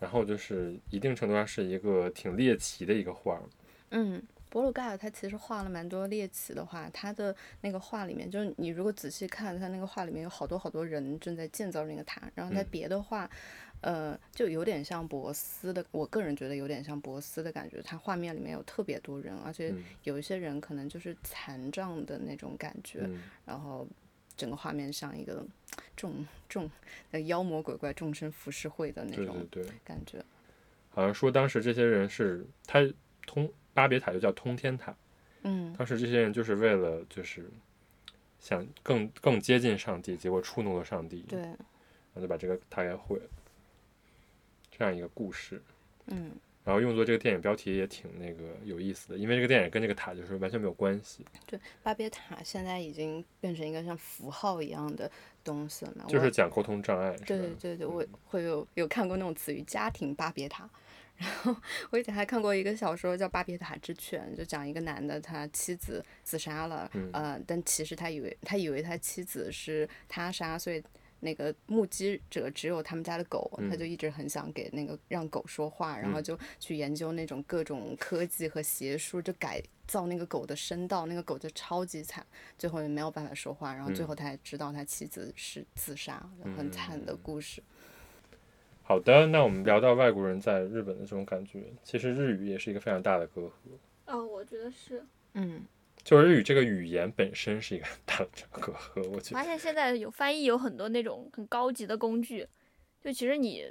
[SPEAKER 1] 然后就是一定程度上是一个挺猎奇的一个画儿。
[SPEAKER 7] 嗯
[SPEAKER 8] 博鲁盖尔他其实画了蛮多猎奇的画，他的那个画里面，就是你如果仔细看，他那个画里面有好多好多人正在建造那个塔，然后他
[SPEAKER 1] 嗯
[SPEAKER 8] 别的画，呃，就有点像博斯的，我个人觉得有点像博斯的感觉，他画面里面有特别多人，而且
[SPEAKER 1] 嗯
[SPEAKER 8] 有一些人可能就是残障的那种感觉，
[SPEAKER 1] 嗯。
[SPEAKER 8] 然后整个画面像一个众众呃妖魔鬼怪众生浮世绘的那
[SPEAKER 1] 对对
[SPEAKER 8] 种
[SPEAKER 1] 对。
[SPEAKER 8] 感觉，
[SPEAKER 1] 好像说当时这些人是他通巴别塔就叫通天塔，
[SPEAKER 8] 嗯，
[SPEAKER 1] 当时这些人就是为了就是想更更接近上帝，结果触怒了上帝，
[SPEAKER 8] 对
[SPEAKER 1] 然，后就把这个塔给毁了，这样一个故事。
[SPEAKER 8] 嗯，
[SPEAKER 1] 然后用作这个电影标题也挺那个有意思的，因为这个电影跟这个塔就是完全没有关系，
[SPEAKER 8] 对，巴别塔现在已经变成一个像符号一样的东西了嘛。
[SPEAKER 1] 就是
[SPEAKER 8] 我
[SPEAKER 1] 讲沟通障碍，是
[SPEAKER 8] 对对
[SPEAKER 1] 吧？嗯
[SPEAKER 8] 对对，我会有有看过那种词语“家庭巴别塔”，然后我以前还看过一个小说叫《巴别塔之犬》，就讲一个男的他妻子自杀了，
[SPEAKER 1] 嗯
[SPEAKER 8] 呃，但其实他以为他以为他妻子是他杀，所以。那个目击者只有他们家的狗，他
[SPEAKER 1] 嗯
[SPEAKER 8] 就一直很想给那个让狗说话，然后
[SPEAKER 1] 嗯
[SPEAKER 8] 就去研究那种各种科技和邪术，就改造那个狗的声道，那个狗就超级惨，最后也没有办法说话，然后最
[SPEAKER 1] 嗯
[SPEAKER 8] 后他也知道他妻子是自杀，就很惨的故事。
[SPEAKER 1] 好的，那我们聊到外国人在日本的这种感觉，其实日语也是一个非常大的隔阂，
[SPEAKER 2] 哦，我觉得是。
[SPEAKER 7] 嗯，
[SPEAKER 1] 就是日语这个语言本身是一个很 大的隔阂，我觉得
[SPEAKER 2] 发。现现在有翻译有很多那种很高级的工具，就其实你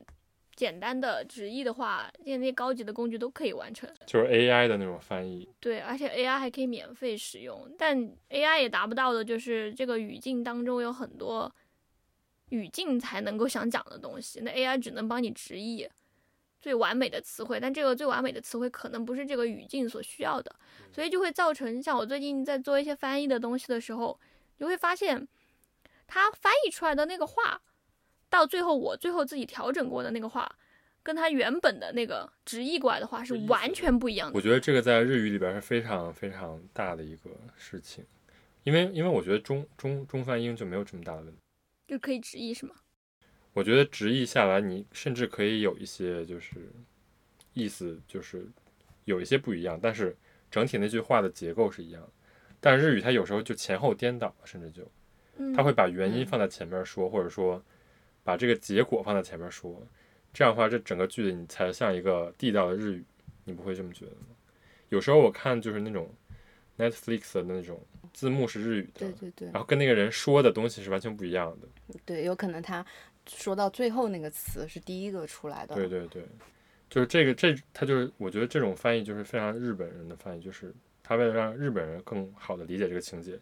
[SPEAKER 2] 简单的直译的话，现在那些高级的工具都可以完成。
[SPEAKER 1] 就是 AI 的那种翻译，
[SPEAKER 2] 对，而且 AI 还可以免费使用，但 AI 也达不到的就是这个语境当中有很多语境才能够想讲的东西，那 AI 只能帮你直译最完美的词汇，但这个最完美的词汇可能不是这个语境所需要的，
[SPEAKER 1] 嗯
[SPEAKER 2] 所以就会造成像我最近在做一些翻译的东西的时候，你会发现它翻译出来的那个话，到最后我最后自己调整过的那个话。跟它原本的那个直译过来的话是
[SPEAKER 1] 不一样
[SPEAKER 2] 完全不一样的。
[SPEAKER 1] 我觉得这个在日语里边是非常非常大的一个事情，因为因为我觉得中中中翻英就没有这么大的问题。
[SPEAKER 2] 就可以直译是吗？
[SPEAKER 1] 我觉得直译下来，你甚至可以有一些就是意思就是有一些不一样，但是整体那句话的结构是一样的，但日语它有时候就前后颠倒，甚至就
[SPEAKER 2] 嗯
[SPEAKER 1] 它会把原因放在前面说，或者说把这个结果放在前面说，这样的话，这整个剧你才像一个地道的日语，你不会这么觉得吗？有时候我看就是那种 Netflix 的那种字幕是日语的，
[SPEAKER 8] 对对对
[SPEAKER 1] 然后跟那个人说的东西是完全不一样的。
[SPEAKER 8] 对，有可能他说到最后那个词是第一个出来的。
[SPEAKER 1] 对对对，就是这个这他就是我觉得这种翻译就是非常日本人的翻译，就是他为了让日本人更好的理解这个情节，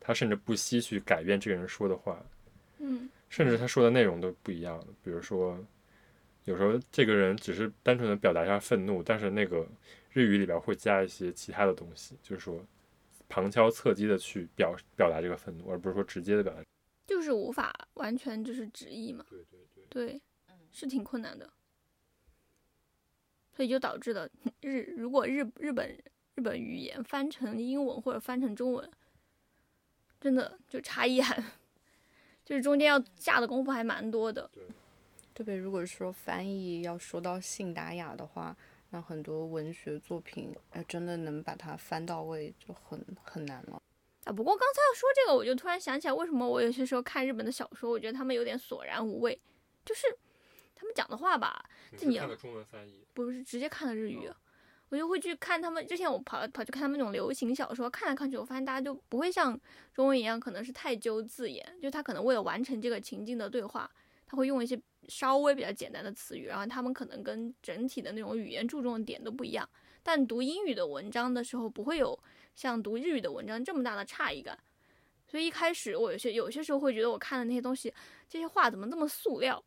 [SPEAKER 1] 他甚至不惜去改变这个人说的话，
[SPEAKER 2] 嗯
[SPEAKER 1] 甚至他说的内容都不一样的。比如说，有时候这个人只是单纯的表达一下愤怒，但是那个日语里边会加一些其他的东西，就是说旁敲侧击的去表表达这个愤怒，而不是说直接的表达。
[SPEAKER 2] 就是无法完全就是直译嘛。对对对，是挺困难的，所以就导致了 日如果日日本日本语言翻成英文或者翻成中文，真的就差异还 就是中间要下的功夫还蛮多的。
[SPEAKER 8] 特别如果说翻译要说到信达雅的话，那很多文学作品，呃，真的能把它翻到位就很很难了。
[SPEAKER 2] 啊，不过刚才要说这个，我就突然想起来，为什么我有些时候看日本的小说，我觉得他们有点索然无味，就是他们讲的话吧，这你要
[SPEAKER 1] 中文翻译，
[SPEAKER 2] 不是直接看的日语，我就会去看他们。之前我跑跑去看他们那种流行小说，看来看去，我发现大家就不会像中文一样，可能是太纠字眼，就他可能为了完成这个情境的对话，他会用一些稍微比较简单的词语，然后他们可能跟整体的那种语言注重的点都不一样。但读英语的文章的时候，不会有像读日语的文章这么大的差异感。所以一开始我有些有些时候会觉得我看的那些东西，这些话怎么这么塑料？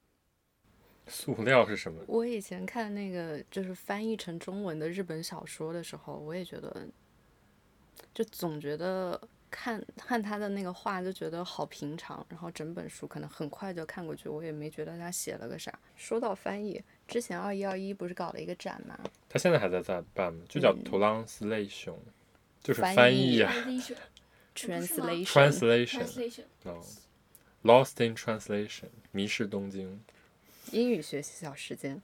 [SPEAKER 1] 塑料是什么？
[SPEAKER 8] 我以前看那个就是翻译成中文的日本小说的时候，我也觉得，就总觉得看看他的那个话就觉得好平常，然后整本书可能很快就看过去，我也没觉得他写了个啥。说到翻译，之前二一二一不是搞了一个展嘛，
[SPEAKER 2] 哦
[SPEAKER 1] 他现在还在在办吗？就叫 translation，、就是
[SPEAKER 8] 翻
[SPEAKER 1] 翻
[SPEAKER 8] 译
[SPEAKER 1] 译啊
[SPEAKER 8] ，translation，
[SPEAKER 1] ，translation，哦，Lost in Translation，迷失东京。
[SPEAKER 8] 英语学习小时间。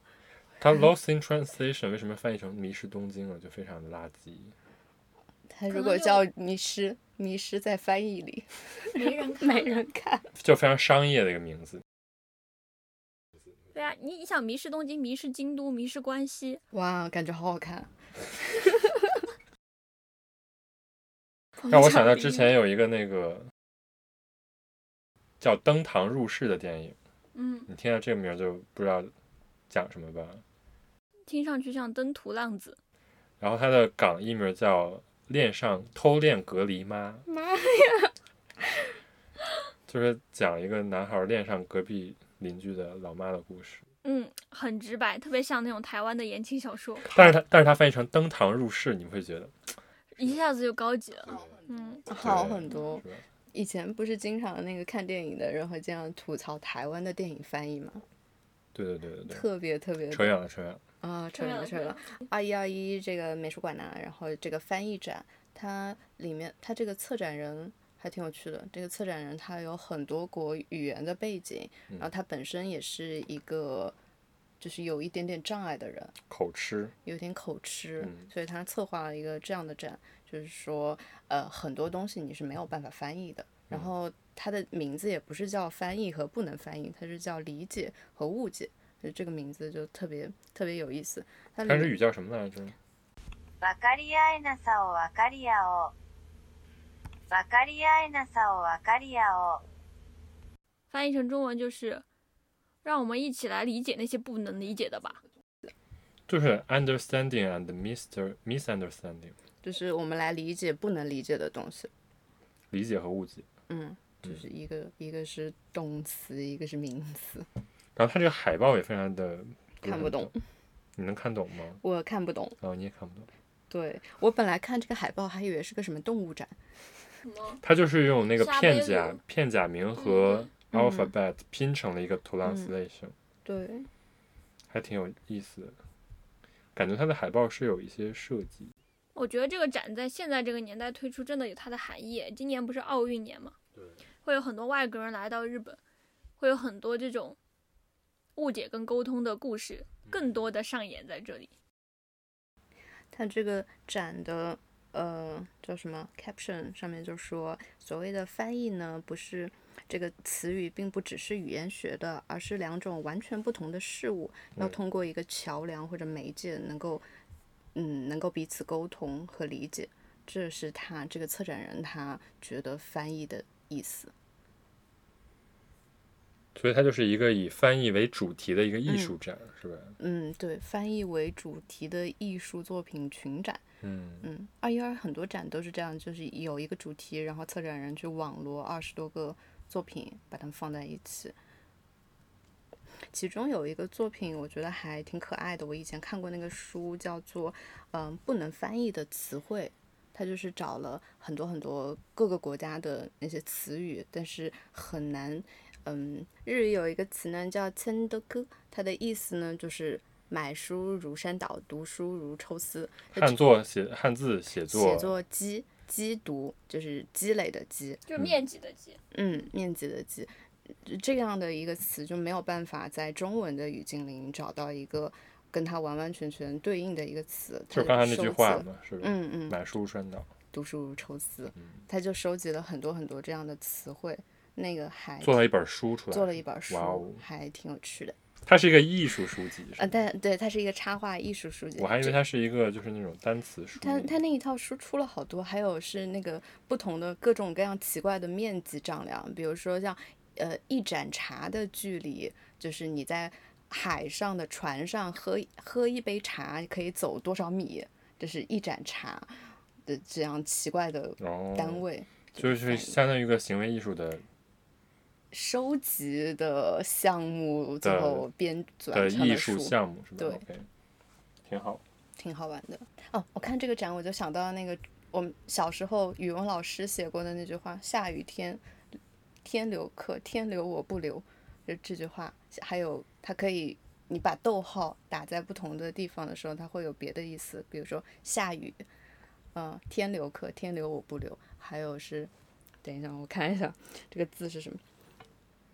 [SPEAKER 1] 它 Lost in Translation 为什么翻译成迷失东京了？就非常的垃圾。
[SPEAKER 8] 他
[SPEAKER 2] 可
[SPEAKER 8] 如
[SPEAKER 2] 能
[SPEAKER 8] 果
[SPEAKER 2] 就
[SPEAKER 8] 叫迷失，迷失在翻译 里，
[SPEAKER 2] 没人看
[SPEAKER 8] 没人看。
[SPEAKER 1] 就非常商业的一个名字。
[SPEAKER 2] 对啊，你你想迷失东京，迷失京都，迷失关西，
[SPEAKER 8] 哇，感觉好好看。啊
[SPEAKER 1] 让我想到之前有一个那个叫《登堂入室》的电影，
[SPEAKER 2] 嗯，
[SPEAKER 1] 你听到这个名儿就不知道讲什么吧。
[SPEAKER 2] 听上去像登徒浪子，
[SPEAKER 1] 然后它的港译名叫《恋上偷恋隔离妈》，
[SPEAKER 8] 妈呀！
[SPEAKER 1] 就是讲一个男孩恋上隔壁邻居的老妈的故事。
[SPEAKER 2] 嗯，很直白，特别像那种台湾的言情小说，
[SPEAKER 1] 但是它但是它翻译成《登堂入室》，你会觉得
[SPEAKER 2] 一下子就高级了，嗯，
[SPEAKER 8] 好
[SPEAKER 1] 对
[SPEAKER 8] 很多
[SPEAKER 1] 是。吧
[SPEAKER 8] 以前不是经常那个看电影的人会这样吐槽台湾的电影翻译吗？
[SPEAKER 1] 对对对对对，
[SPEAKER 8] 特别特别
[SPEAKER 1] 扯远了扯远了。
[SPEAKER 8] 啊，扯
[SPEAKER 2] 扯
[SPEAKER 8] 远
[SPEAKER 2] 远
[SPEAKER 8] 了
[SPEAKER 2] 了
[SPEAKER 8] 扯
[SPEAKER 2] 扯
[SPEAKER 8] 远了。二一二一这个美术馆呐、然后这个翻译展，它里面它这个策展人还挺有趣的。这个策展人他有很多国语言的背景，然
[SPEAKER 1] 嗯
[SPEAKER 8] 后他本身也是一个就是有一点点障碍的人，
[SPEAKER 1] 口吃，
[SPEAKER 8] 有点口吃，
[SPEAKER 1] 嗯
[SPEAKER 8] 所以他策划了一个这样的展，就是说，呃，很多东西你是没有办法翻译的。
[SPEAKER 1] 嗯
[SPEAKER 8] 然后它的名字也不是叫翻译和不能翻译，它是叫理解和误解，就这个名字就特别特别有意思。它
[SPEAKER 1] 它
[SPEAKER 8] 里
[SPEAKER 1] 日语叫什么来着？
[SPEAKER 9] 分かり合えなさを分かり合おう分かり合えなさを分かり合おう
[SPEAKER 2] 翻译成中文就是，让我们一起来理解那些不能理解的吧，
[SPEAKER 1] 就是 understanding and mister misunderstanding，
[SPEAKER 8] 就是我们来理解不能理解的东西，
[SPEAKER 1] 理解和误解。
[SPEAKER 8] 嗯，就是一个一个是动词，一个是名词，
[SPEAKER 1] 然后它这个海报也非常的
[SPEAKER 8] 看不懂，
[SPEAKER 1] 你能看懂吗？
[SPEAKER 8] 我看不懂。
[SPEAKER 1] 哦，你也看不懂。
[SPEAKER 8] 对我本来看这个海报还以为是个什么动物展，
[SPEAKER 2] 什么
[SPEAKER 1] 它就是用那个
[SPEAKER 2] 沙
[SPEAKER 1] 片
[SPEAKER 2] 贝
[SPEAKER 1] 假
[SPEAKER 2] 鲁
[SPEAKER 1] 片假名和
[SPEAKER 8] 嗯
[SPEAKER 1] alphabet 拼成了一个 translation，
[SPEAKER 8] 对，
[SPEAKER 1] 还挺有意思的。感觉它的海报是有一些设计，
[SPEAKER 2] 我觉得这个展在现在这个年代推出，真的有它的含义。今年不是奥运年嘛，会有很多外国人来到日本，会有很多这种误解跟沟通的故
[SPEAKER 1] 嗯
[SPEAKER 2] 事，更多的上演在这里。
[SPEAKER 8] 它这个展的呃叫什么 caption 上面就说，所谓的翻译呢，不是这个词语并不只是语言学的，而是两种完全不同的事物，要通过一个桥梁或者媒介能够，嗯，能够彼此沟通和理解，这是他这个策展人他觉得翻译的意思。
[SPEAKER 1] 所以它就是一个以翻译为主题的一个艺术展，是吧？
[SPEAKER 8] 嗯，对，翻译为主题的艺术作品群展。
[SPEAKER 1] 嗯，
[SPEAKER 8] 嗯，二一二很多展都是这样，就是有一个主题，然后策展人去网罗二十多个作品，把它们放在一起。其中有一个作品，我觉得还挺可爱的。我以前看过那个书，叫做《嗯不能翻译的词汇》，它就是找了很多很多各个国家的那些词语，但是很难。嗯，日语有一个词呢叫“千德科”，它的意思呢就是买书如山倒，读书如抽丝。 它
[SPEAKER 1] 汉作写汉字写作，
[SPEAKER 8] 写作积积读，就是积累的积，
[SPEAKER 2] 就是面积的积。
[SPEAKER 8] 嗯，面积的积，这样的一个词就没有办法在中文的语境里找到一个跟它完完全全对应的一个词。它
[SPEAKER 1] 就是刚才那
[SPEAKER 8] 收
[SPEAKER 1] 句
[SPEAKER 8] 集
[SPEAKER 1] 话
[SPEAKER 8] 了，
[SPEAKER 1] 嘛，是吧？
[SPEAKER 8] 嗯嗯，
[SPEAKER 1] 买书嗯摔倒，
[SPEAKER 8] 读书如抽丝，他就收集了很多很多这样的词汇，那个还
[SPEAKER 1] 做了一本书出来，
[SPEAKER 8] 做了一本书，
[SPEAKER 1] 哇哦，
[SPEAKER 8] 还挺有趣的。
[SPEAKER 1] 它是一个艺术书籍，是
[SPEAKER 8] 啊，
[SPEAKER 1] 吧
[SPEAKER 8] 但对，它是一个插画艺术书籍。
[SPEAKER 1] 我还以为
[SPEAKER 8] 这
[SPEAKER 1] 它是一个就是那种单词书。
[SPEAKER 8] 它它那一套书出了好多，还有是那个不同的各种各样奇怪的面积丈量，比如说像呃一盏茶的距离，就是你在海上的船上喝喝一杯茶可以走多少米，这是一盏茶的这样奇怪的
[SPEAKER 1] 哦，
[SPEAKER 8] 单位。
[SPEAKER 1] 就是
[SPEAKER 8] 反
[SPEAKER 1] 相当于一个行为艺术的
[SPEAKER 8] 收集的项目，最
[SPEAKER 1] 的
[SPEAKER 8] 后编纂
[SPEAKER 1] 的
[SPEAKER 8] 成
[SPEAKER 1] 艺
[SPEAKER 8] 的
[SPEAKER 1] 术
[SPEAKER 8] 书，
[SPEAKER 1] 项目，是吧
[SPEAKER 8] 对
[SPEAKER 1] ？OK，挺好。
[SPEAKER 8] 挺好玩的。哦，我看这个展，我就想到那个我们小时候语文老师写过的那句话：“下雨天，天留客，天留我不留。”就这句话，还有它可以，你把逗号打在不同的地方的时候，它会有别的意思，比如说下雨，呃，天留客，天留我不留，还有是，等一下，我看一下这个字是什么。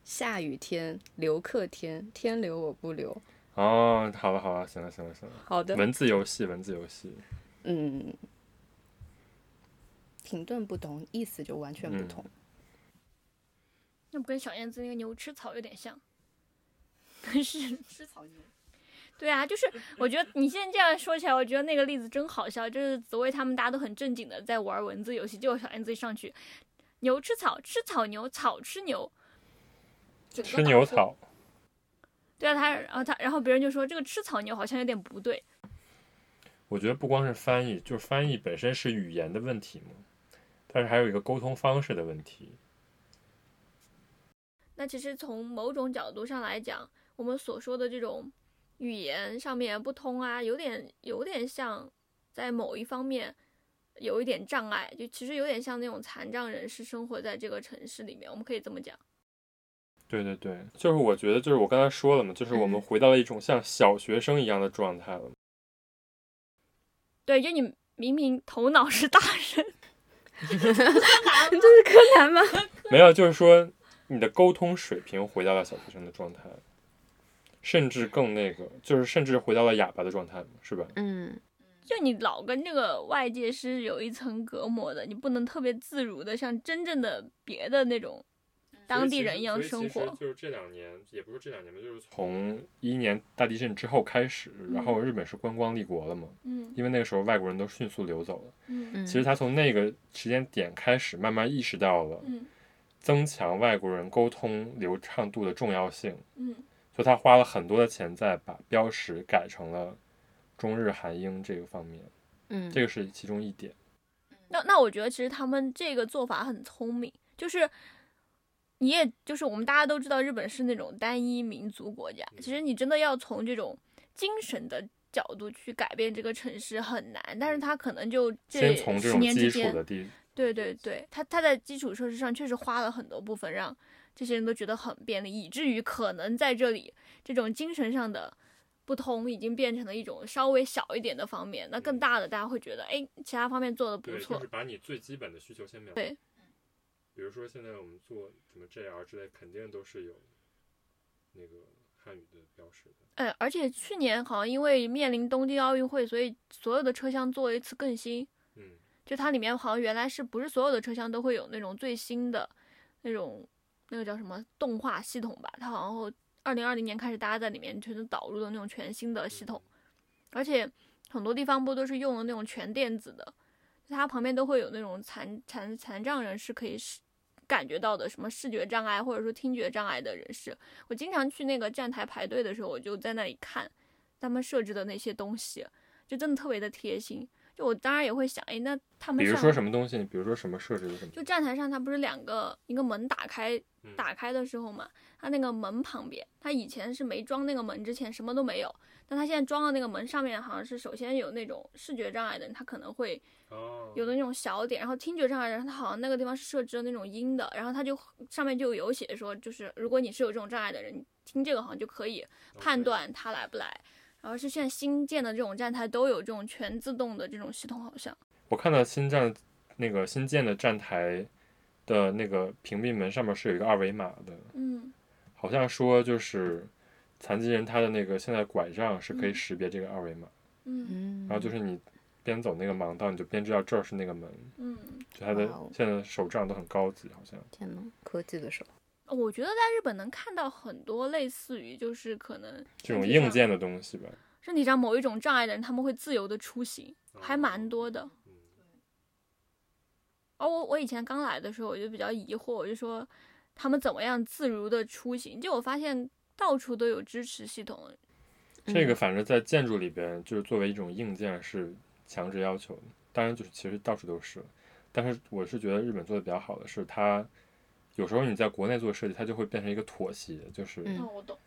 [SPEAKER 8] 下雨天，留客天，天留我不留。
[SPEAKER 1] 哦，好了好了，行了行了行了，
[SPEAKER 8] 好的，
[SPEAKER 1] 文字游戏文字游戏，
[SPEAKER 8] 嗯，停顿不同，意思就完全不
[SPEAKER 1] 嗯
[SPEAKER 8] 同。
[SPEAKER 2] 那不跟小燕子那个牛吃草有点像， 但是
[SPEAKER 8] 吃草牛，
[SPEAKER 2] 对 啊，就是我觉得你现在这样说起来，我觉得那个例子真好笑。就是紫薇他们大家都很正经的在玩文字游戏，结果小燕子一上去，牛吃草，吃草牛，草吃牛。
[SPEAKER 1] 吃牛草，
[SPEAKER 2] 对啊，他然后他然后别人就说这个吃草牛好像有点不对，
[SPEAKER 1] 我觉得不光是翻译，就是翻译本身是语言的问题嘛，但是还有一个沟通方式的问题。
[SPEAKER 2] 那其实从某种角度上来讲，我们所说的这种语言上面不通啊，有点有点像在某一方面有一点障碍，就其实有点像那种残障人士生活在这个城市里面，我们可以这么讲。
[SPEAKER 1] 对对对，就是我觉得，就是我刚才说了嘛，就是我们
[SPEAKER 2] 嗯
[SPEAKER 1] 回到了一种像小学生一样的状态了。
[SPEAKER 2] 对，就你明明头脑是大人，
[SPEAKER 8] 这是柯南吗？
[SPEAKER 1] 没有，就是说你的沟通水平回到了小学生的状态，甚至更那个，就是甚至回到了哑巴的状态嘛，是吧？
[SPEAKER 8] 嗯，
[SPEAKER 2] 就你老跟这个外界是有一层隔膜的，你不能特别自如的像真正的别的那种当地人一样生活。
[SPEAKER 1] 就是这两年，也不是这两年吧，就是从一一年大地震之后开始，然后日本是观光立国了嘛，
[SPEAKER 2] 嗯
[SPEAKER 1] 因为那个时候外国人都迅速流走了。
[SPEAKER 2] 嗯
[SPEAKER 1] 其实他从那个时间点开始，慢慢意识到了
[SPEAKER 2] 嗯
[SPEAKER 1] 增强外国人沟通流畅度的重要性。
[SPEAKER 2] 嗯
[SPEAKER 1] 所以他花了很多的钱在把标识改成了中日韩英这个方面，
[SPEAKER 8] 嗯
[SPEAKER 1] 这个是其中一点。
[SPEAKER 2] 那那我觉得其实他们这个做法很聪明，就是你也就是我们大家都知道日本是那种单一民族国家，其实你真的要从这种精神的角度去改变这个城市很难，但是他可能就
[SPEAKER 1] 先
[SPEAKER 2] 这
[SPEAKER 1] 从这
[SPEAKER 2] 十
[SPEAKER 1] 种
[SPEAKER 2] 年
[SPEAKER 1] 基
[SPEAKER 2] 之
[SPEAKER 1] 础
[SPEAKER 2] 间，
[SPEAKER 1] 的地，
[SPEAKER 2] 对对对，他他在基础设施上确实花了很多部分，让这些人都觉得很便利，以至于可能在这里这种精神上的不通已经变成了一种稍微小一点的方面，那
[SPEAKER 1] 嗯
[SPEAKER 2] 更大的大家会觉得，哎，其他方面做的不错，
[SPEAKER 1] 把你最基本的需求先描
[SPEAKER 2] 对。
[SPEAKER 1] 比如说现在我们做什么 JR 之类，肯定都是有那个汉语的标识的。
[SPEAKER 2] 呃，而且去年好像因为面临东京奥运会，所以所有的车厢做了一次更新。
[SPEAKER 1] 嗯，
[SPEAKER 2] 就它里面好像原来是不是所有的车厢都会有那种最新的那种那个叫什么动画系统吧？它好像二零二零年开始，大家在里面全都导入了那种全新的系统，而且很多地方不都是用的那种全电子的，就它旁边都会有那种残残残障人士可以视感觉到的什么视觉障碍或者说听觉障碍的人士。我经常去那个站台排队的时候，我就在那里看他们设置的那些东西，就真的特别的贴心。就我当然也会想，哎，那他们
[SPEAKER 1] 比如
[SPEAKER 2] 上
[SPEAKER 1] 说什么东西，比如说什么设置的什么，
[SPEAKER 2] 就站台上，它不是两个一个门打开
[SPEAKER 1] 嗯
[SPEAKER 2] 打开的时候嘛，它那个门旁边，它以前是没装那个门之前什么都没有，但它现在装了那个门上面，好像是首先有那种视觉障碍的人，他可能会
[SPEAKER 1] 哦
[SPEAKER 2] 有的那种小点，然后听觉障碍的人，他好像那个地方是设置了那种音的，然后他就上面就有写说，就是如果你是有这种障碍的人，你听这个好像就可以
[SPEAKER 1] 哦
[SPEAKER 2] 判断他来不来。然后是现在新建的这种站台都有这种全自动的这种系统，好像。
[SPEAKER 1] 我看到新站那个新建的站台的那个屏蔽门上面是有一个二维码的，
[SPEAKER 2] 嗯，
[SPEAKER 1] 好像说就是残疾人他的那个现在拐杖是
[SPEAKER 8] 嗯
[SPEAKER 1] 可以识别这个二维码，
[SPEAKER 2] 嗯
[SPEAKER 1] 然后就是你边走那个盲道，你就边知道这儿是那个门，
[SPEAKER 2] 嗯，
[SPEAKER 1] 就他的
[SPEAKER 8] 哇哦
[SPEAKER 1] 现在手杖都很高级，好像。
[SPEAKER 8] 天呐，科技的手，
[SPEAKER 2] 哦我觉得在日本能看到很多类似于就是可能
[SPEAKER 1] 这种硬件的东西吧。
[SPEAKER 2] 身体上某一种障碍的人，他们会自由的出行，还蛮多的。而我我以前刚来的时候，我就比较疑惑，我就说他们怎么样自如的出行？就我发现到处都有支持系统，
[SPEAKER 1] 这
[SPEAKER 8] 嗯
[SPEAKER 1] 个反正在建筑里边，就是作为一种硬件是强制要求的。当然，就是其实到处都是，但是我是觉得日本做的比较好的是，它有时候你在国内做设计，它就会变成一个妥协，就是、
[SPEAKER 8] 嗯
[SPEAKER 2] 哦我懂，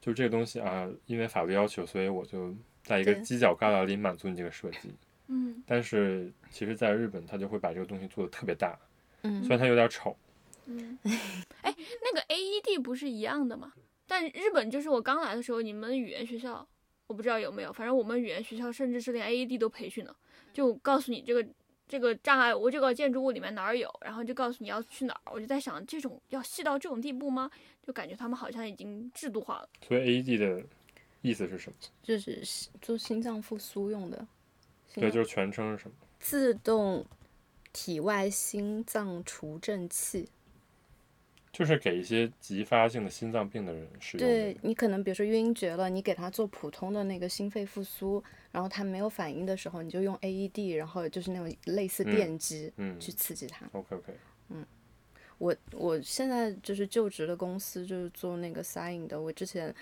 [SPEAKER 1] 就这个东西啊，因为法律要求，所以我就在一个
[SPEAKER 8] 对
[SPEAKER 1] 犄角旮旯里满足你这个设计。
[SPEAKER 2] 嗯
[SPEAKER 1] 但是其实，在日本，它就会把这个东西做的特别大，
[SPEAKER 8] 嗯
[SPEAKER 1] 虽然它有点丑，
[SPEAKER 2] 嗯， 哎，那个 AED 不是一样的吗？但日本就是我刚来的时候，你们语言学校我不知道有没有，反正我们语言学校甚至是连 AED 都培训了，就告诉你这个这个障碍物、这个建筑物里面哪儿有，然后就告诉你要去哪儿。我就在想，这种要细到这种地步吗？就感觉他们好像已经制度化了。
[SPEAKER 1] 所以 AED 的意思是什么？
[SPEAKER 8] 就是心做心脏复苏用的，心
[SPEAKER 1] 对，
[SPEAKER 8] 脏
[SPEAKER 1] 就是全称是什么？
[SPEAKER 8] 自动体外心脏除震器。
[SPEAKER 1] 就是给一些急发性的心脏病的人使用的
[SPEAKER 8] 对。你可能比如说晕厥了，你给他做普通的那个心肺复苏，然后他没有反应的时候，你就用 AED，然后就是那种类似
[SPEAKER 1] 嗯
[SPEAKER 8] 电击、
[SPEAKER 1] 嗯
[SPEAKER 8] 去刺激他。
[SPEAKER 1] OK OK，
[SPEAKER 8] 我我现在就是就职的公司就是做那个 sign 的，我之前。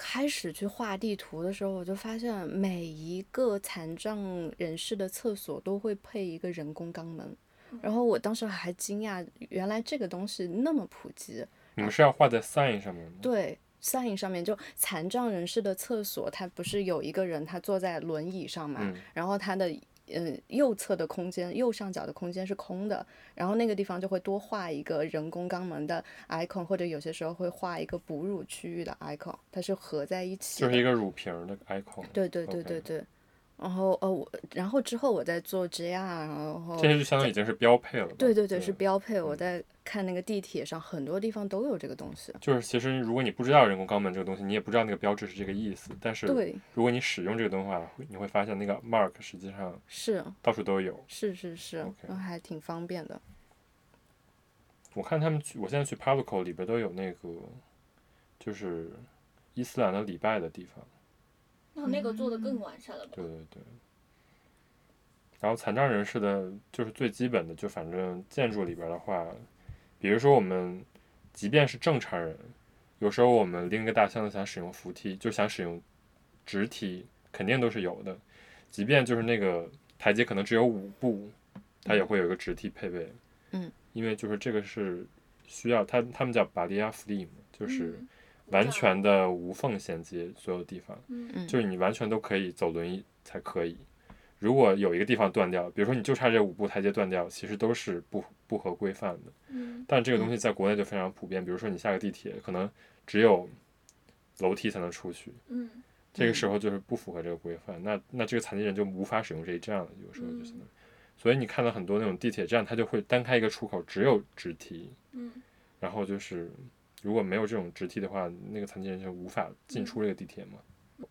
[SPEAKER 8] 开始去画地图的时候，我就发现每一个残障人士的厕所都会配一个人工肛门，然后我当时还惊讶，原来这个东西那么普及。
[SPEAKER 1] 你们是要画在 sign 上面吗？
[SPEAKER 8] 嗯对，sign 上面就残障人士的厕所，它不是有一个人他坐在轮椅上嘛，
[SPEAKER 1] 嗯
[SPEAKER 8] 然后他的嗯右侧的空间，右上角的空间是空的，然后那个地方就会多画一个人工肛门的 icon，或者有些时候会画一个哺乳区域的 icon，它是合在一起的。
[SPEAKER 1] 就是一个乳瓶儿的 icon。
[SPEAKER 8] 对对对
[SPEAKER 1] OK
[SPEAKER 8] 对对。然后呃我，然后之后我在做 JR，然后
[SPEAKER 1] 这嗯些就相当于已经是标配了吧。
[SPEAKER 8] 对对对是
[SPEAKER 1] 标。
[SPEAKER 8] 标配。我在看那个地铁上，很多地方都有这个东西。
[SPEAKER 1] 就是其实如果你不知道人工肛门这个东西，你也不知道那个标志是这个意思。但是
[SPEAKER 8] 对，
[SPEAKER 1] 如果你使用这个东西的话，会你会发现那个 mark 实际上
[SPEAKER 8] 是
[SPEAKER 1] 到处都有。
[SPEAKER 8] 是是是
[SPEAKER 1] OK
[SPEAKER 8] 然后还挺方便的。
[SPEAKER 1] 我看他们去，我现在去 Pavco 里边都有那个，就是伊斯兰的礼拜的地方。
[SPEAKER 2] 那那个做的更完善了吧
[SPEAKER 1] 对对对。然后残障人士的，就是最基本的，就反正建筑里边的话，比如说我们，即便是正常人，有时候我们拎个大箱子想使用扶梯，就想使用直梯，肯定都是有的。即便就是那个台阶可能只有五步，它也会有一个直梯配备。
[SPEAKER 8] 嗯。
[SPEAKER 1] 因为就是这个是需要，他他们叫 barrier free 嘛，就是
[SPEAKER 2] 嗯
[SPEAKER 1] 完全的无缝衔接所有地方。
[SPEAKER 2] 嗯
[SPEAKER 1] 就是你完全都可以走轮椅才可以。如果有一个地方断掉，比如说你就差这五步台阶断掉，其实都是不不合规范的。
[SPEAKER 2] 嗯
[SPEAKER 1] 但这个东西在国内就非常普遍，比如说你下个地铁，可能只有楼梯才能出去，
[SPEAKER 2] 嗯
[SPEAKER 1] 这个时候就是不符合这个规范，那那这个残疾人就无法使用这一站了，有时候就
[SPEAKER 2] 嗯
[SPEAKER 1] 相当于。所以你看到很多那种地铁站，它就会单开一个出口，只有直梯，
[SPEAKER 2] 嗯
[SPEAKER 1] 然后就是如果没有这种直梯的话，
[SPEAKER 2] 嗯
[SPEAKER 1] 那个残疾人就无法进出这个地铁嘛。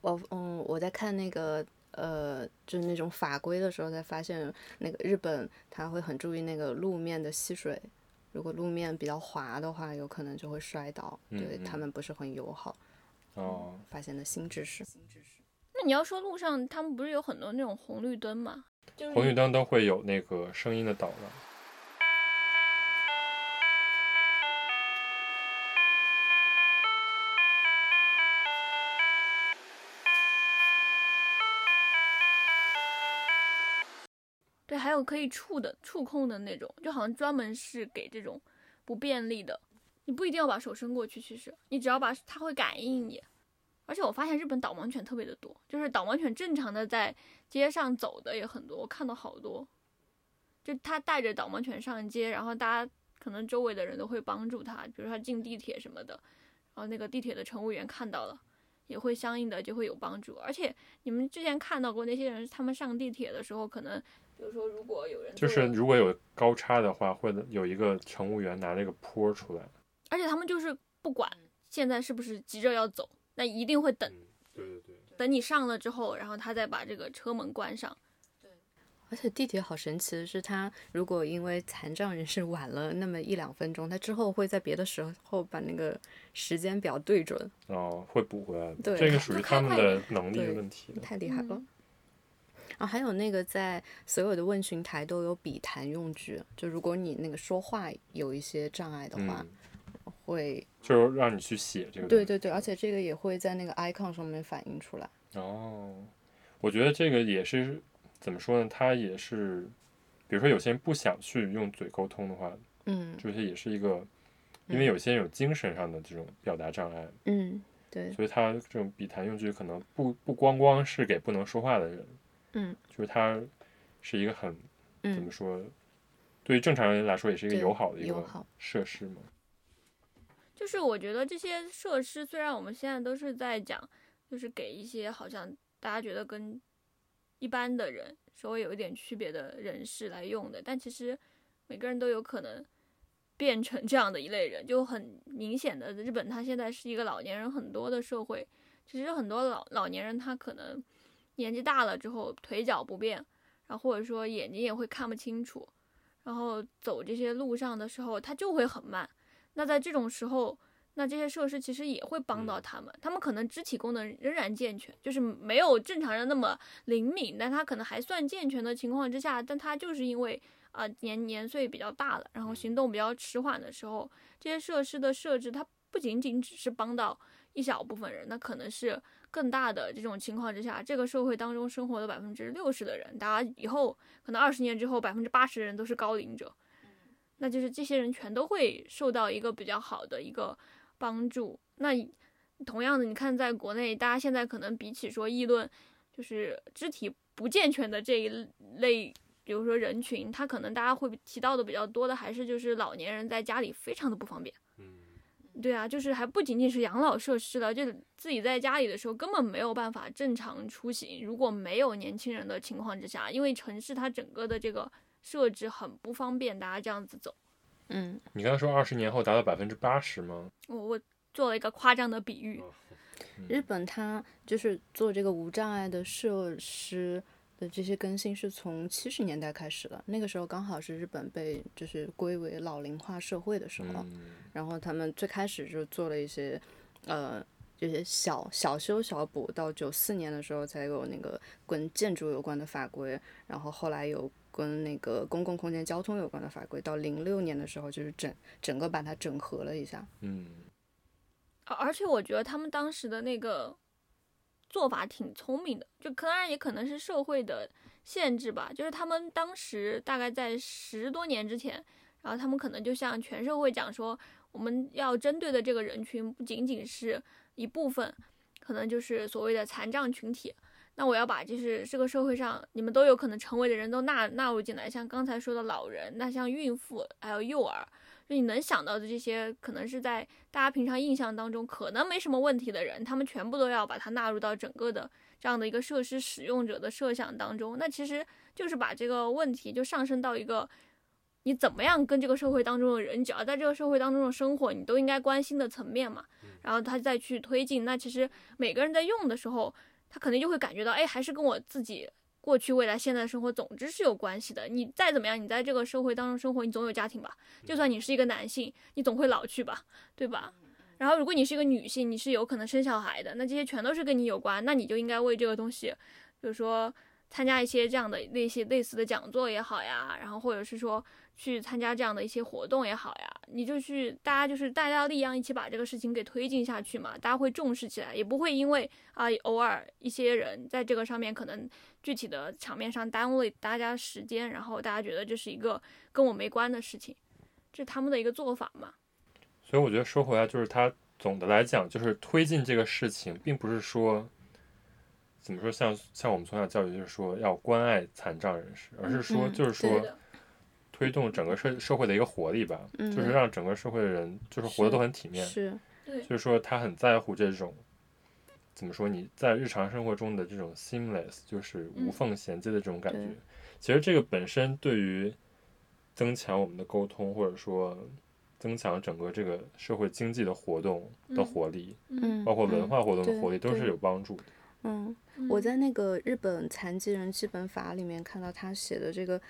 [SPEAKER 8] 我嗯，我在看那个呃，就是那种法规的时候，才发现那个日本它会很注意那个路面的吸水，如果路面比较滑的话，有可能就会摔倒，
[SPEAKER 1] 嗯
[SPEAKER 8] 对
[SPEAKER 1] 嗯
[SPEAKER 8] 他们不是很友好。
[SPEAKER 1] 哦，
[SPEAKER 8] 发现的新知识，
[SPEAKER 2] 那你要说路上他们不是有很多那种红绿灯吗？就是
[SPEAKER 1] 红绿灯都会有那个声音的导览。
[SPEAKER 2] 对，还有可以触的触控的那种，就好像专门是给这种不便利的。你不一定要把手伸过去，其实你只要把它会感应你。而且我发现日本导盲犬特别的多，就是导盲犬正常的在街上走的也很多，我看到好多。就他带着导盲犬上街，然后大家可能周围的人都会帮助他，比如说他进地铁什么的，然后那个地铁的乘务员看到了，也会相应的就会有帮助。而且你们之前看到过那些人，他们上地铁的时候，可能比如说如果有人
[SPEAKER 1] 就
[SPEAKER 2] 坐
[SPEAKER 1] 是
[SPEAKER 2] 了
[SPEAKER 1] 如果有高差的话，会有一个乘务员拿那个坡出来。
[SPEAKER 2] 而且他们就是不管现在是不是急着要走，那一定会等
[SPEAKER 1] 嗯对对对，
[SPEAKER 2] 等你上了之后，然后他再把这个车门关上。
[SPEAKER 8] 而且地铁好神奇的是，它如果因为残障人士 晚了那么一两分钟，它之后会在别的时候把那个时间表对准，
[SPEAKER 1] 然后会补回来的。
[SPEAKER 8] 对
[SPEAKER 1] 这个属于他们的能力
[SPEAKER 8] 对
[SPEAKER 1] 的问题的。
[SPEAKER 8] 太厉害了。
[SPEAKER 2] 嗯
[SPEAKER 8] 啊，还有那个在所有的问询台都有笔谈用具，就如果你那个说话有一些障碍的话，
[SPEAKER 1] 嗯，
[SPEAKER 8] 会
[SPEAKER 1] 就是让你去写这个。
[SPEAKER 8] 对。对对，而且这个也会在那个 icon 上面反映出来。
[SPEAKER 1] 哦，我觉得这个也是怎么说呢？他也是，比如说有些人不想去用嘴沟通的话，
[SPEAKER 8] 嗯
[SPEAKER 1] 这些也是一个，因为有些人有精神上的这种表达障碍，
[SPEAKER 8] 嗯，对，
[SPEAKER 1] 所以他这种笔谈用具可能不不光光是给不能说话的人，
[SPEAKER 8] 嗯，
[SPEAKER 1] 就是他是一个很怎么
[SPEAKER 8] 嗯，
[SPEAKER 1] 说，对于正常人来说也是一个
[SPEAKER 8] 对
[SPEAKER 1] 友好的一
[SPEAKER 8] 友
[SPEAKER 1] 个
[SPEAKER 8] 好
[SPEAKER 1] 设施嘛。
[SPEAKER 2] 就是我觉得这些设施虽然我们现在都是在讲，就是给一些好像大家觉得跟一般的人稍微有一点区别的人士来用的，但其实每个人都有可能变成这样的一类人，就很明显的，日本它现在是一个老年人很多的社会，其实很多老老年人他可能年纪大了之后腿脚不便，然后或者说眼睛也会看不清楚，然后走这些路上的时候他就会很慢。那在这种时候，那这些设施其实也会帮到他们。他们可能肢体功能仍然健全，就是没有正常人那么灵敏，但他可能还算健全的情况之下，但他就是因为啊、呃年年岁比较大了，然后行动比较迟缓的时候，这些设施的设置，它不仅仅只是帮到一小部分人，那可能是更大的这种情况之下，这个社会当中生活的百分之六十的人，大家以后可能二十年之后，百分之八十的人都是高龄者。那就是这些人全都会受到一个比较好的一个帮助。那同样的，你看在国内，大家现在可能比起说议论，就是肢体不健全的这一类，比如说人群，他可能大家会提到的比较多的还是就是老年人在家里非常的不方便。对啊，就是还不仅仅是养老设施了，就自己在家里的时候根本没有办法正常出行。如果没有年轻人的情况之下，因为城市它整个的这个设置很不方便，大家这样子走。
[SPEAKER 8] 嗯，
[SPEAKER 1] 你刚才说二十年后达到百分之八十吗？嗯
[SPEAKER 2] 我我做了一个夸张的比喻，
[SPEAKER 8] 日本它就是做这个无障碍的设施的这些更新是从七十年代开始的，那个时候刚好是日本被就是归为老龄化社会的时候，
[SPEAKER 1] 嗯，
[SPEAKER 8] 然后他们最开始就做了一些，呃，这些小小修小补，到九四年的时候才有那个跟建筑有关的法规，然后后来有跟那个公共空间交通有关的法规，到零六年的时候就是整整个把它整合了一下。
[SPEAKER 1] 嗯，
[SPEAKER 2] 而而且我觉得他们当时的那个做法挺聪明的，就当然也可能是社会的限制吧，就是他们当时大概在十多年之前，然后他们可能就向全社会讲说，我们要针对的这个人群不仅仅是一部分，可能就是所谓的残障群体。那我要把就是这个社会上你们都有可能成为的人都纳纳入进来，像刚才说的老人，那像孕妇还有幼儿，就你能想到的这些，可能是在大家平常印象当中可能没什么问题的人，他们全部都要把它纳入到整个的这样的一个设施使用者的设想当中。那其实就是把这个问题就上升到一个你怎么样跟这个社会当中的人，你只要在这个社会当中的生活，你都应该关心的层面嘛。然后他再去推进。那其实每个人在用的时候，他肯定就会感觉到，哎，还是跟我自己过去、未来、现在的生活，总之是有关系的。你再怎么样，你在这个社会当中生活，你总有家庭吧？就算你是一个男性，你总会老去吧，对吧？然后，如果你是一个女性，你是有可能生小孩的，那这些全都是跟你有关，那你就应该为这个东西，就是说参加一些这样的那些类似的讲座也好呀，然后或者是说去参加这样的一些活动也好呀，你就去大家就是大家力量一起把这个事情给推进下去嘛，大家会重视起来，也不会因为啊、偶尔一些人在这个上面可能具体的场面上耽误了大家时间，然后大家觉得这是一个跟我没关的事情，这是他们的一个做法嘛。
[SPEAKER 1] 所以我觉得说回来，就是他总的来讲，就是推进这个事情，并不是说怎么说像像我们从小教育就是说要关爱残障人士，而是说
[SPEAKER 7] 嗯
[SPEAKER 1] 就是
[SPEAKER 2] 对
[SPEAKER 1] 说
[SPEAKER 2] 的，
[SPEAKER 1] 推动整个社社会的一个活力吧，
[SPEAKER 7] 嗯
[SPEAKER 1] 就是让整个社会的人就是活得
[SPEAKER 8] 是
[SPEAKER 1] 都很体面，
[SPEAKER 8] 是
[SPEAKER 2] 对
[SPEAKER 1] 就是说他很在乎这种怎么说你在日常生活中的这种 seamless，就是无
[SPEAKER 2] 嗯
[SPEAKER 1] 缝衔接的这种感觉。
[SPEAKER 8] 对
[SPEAKER 1] 其实这个本身对于增强我们的沟通，或者说增强整个这个社会经济的活动的
[SPEAKER 2] 嗯
[SPEAKER 1] 活力，
[SPEAKER 7] 嗯，
[SPEAKER 1] 包括文
[SPEAKER 7] 嗯
[SPEAKER 1] 化活动的
[SPEAKER 8] 对
[SPEAKER 1] 活力，都是
[SPEAKER 8] 对
[SPEAKER 1] 有帮助的。
[SPEAKER 8] 嗯。
[SPEAKER 2] 嗯
[SPEAKER 8] 我在那个日本残疾人基本法里面看到他写的这个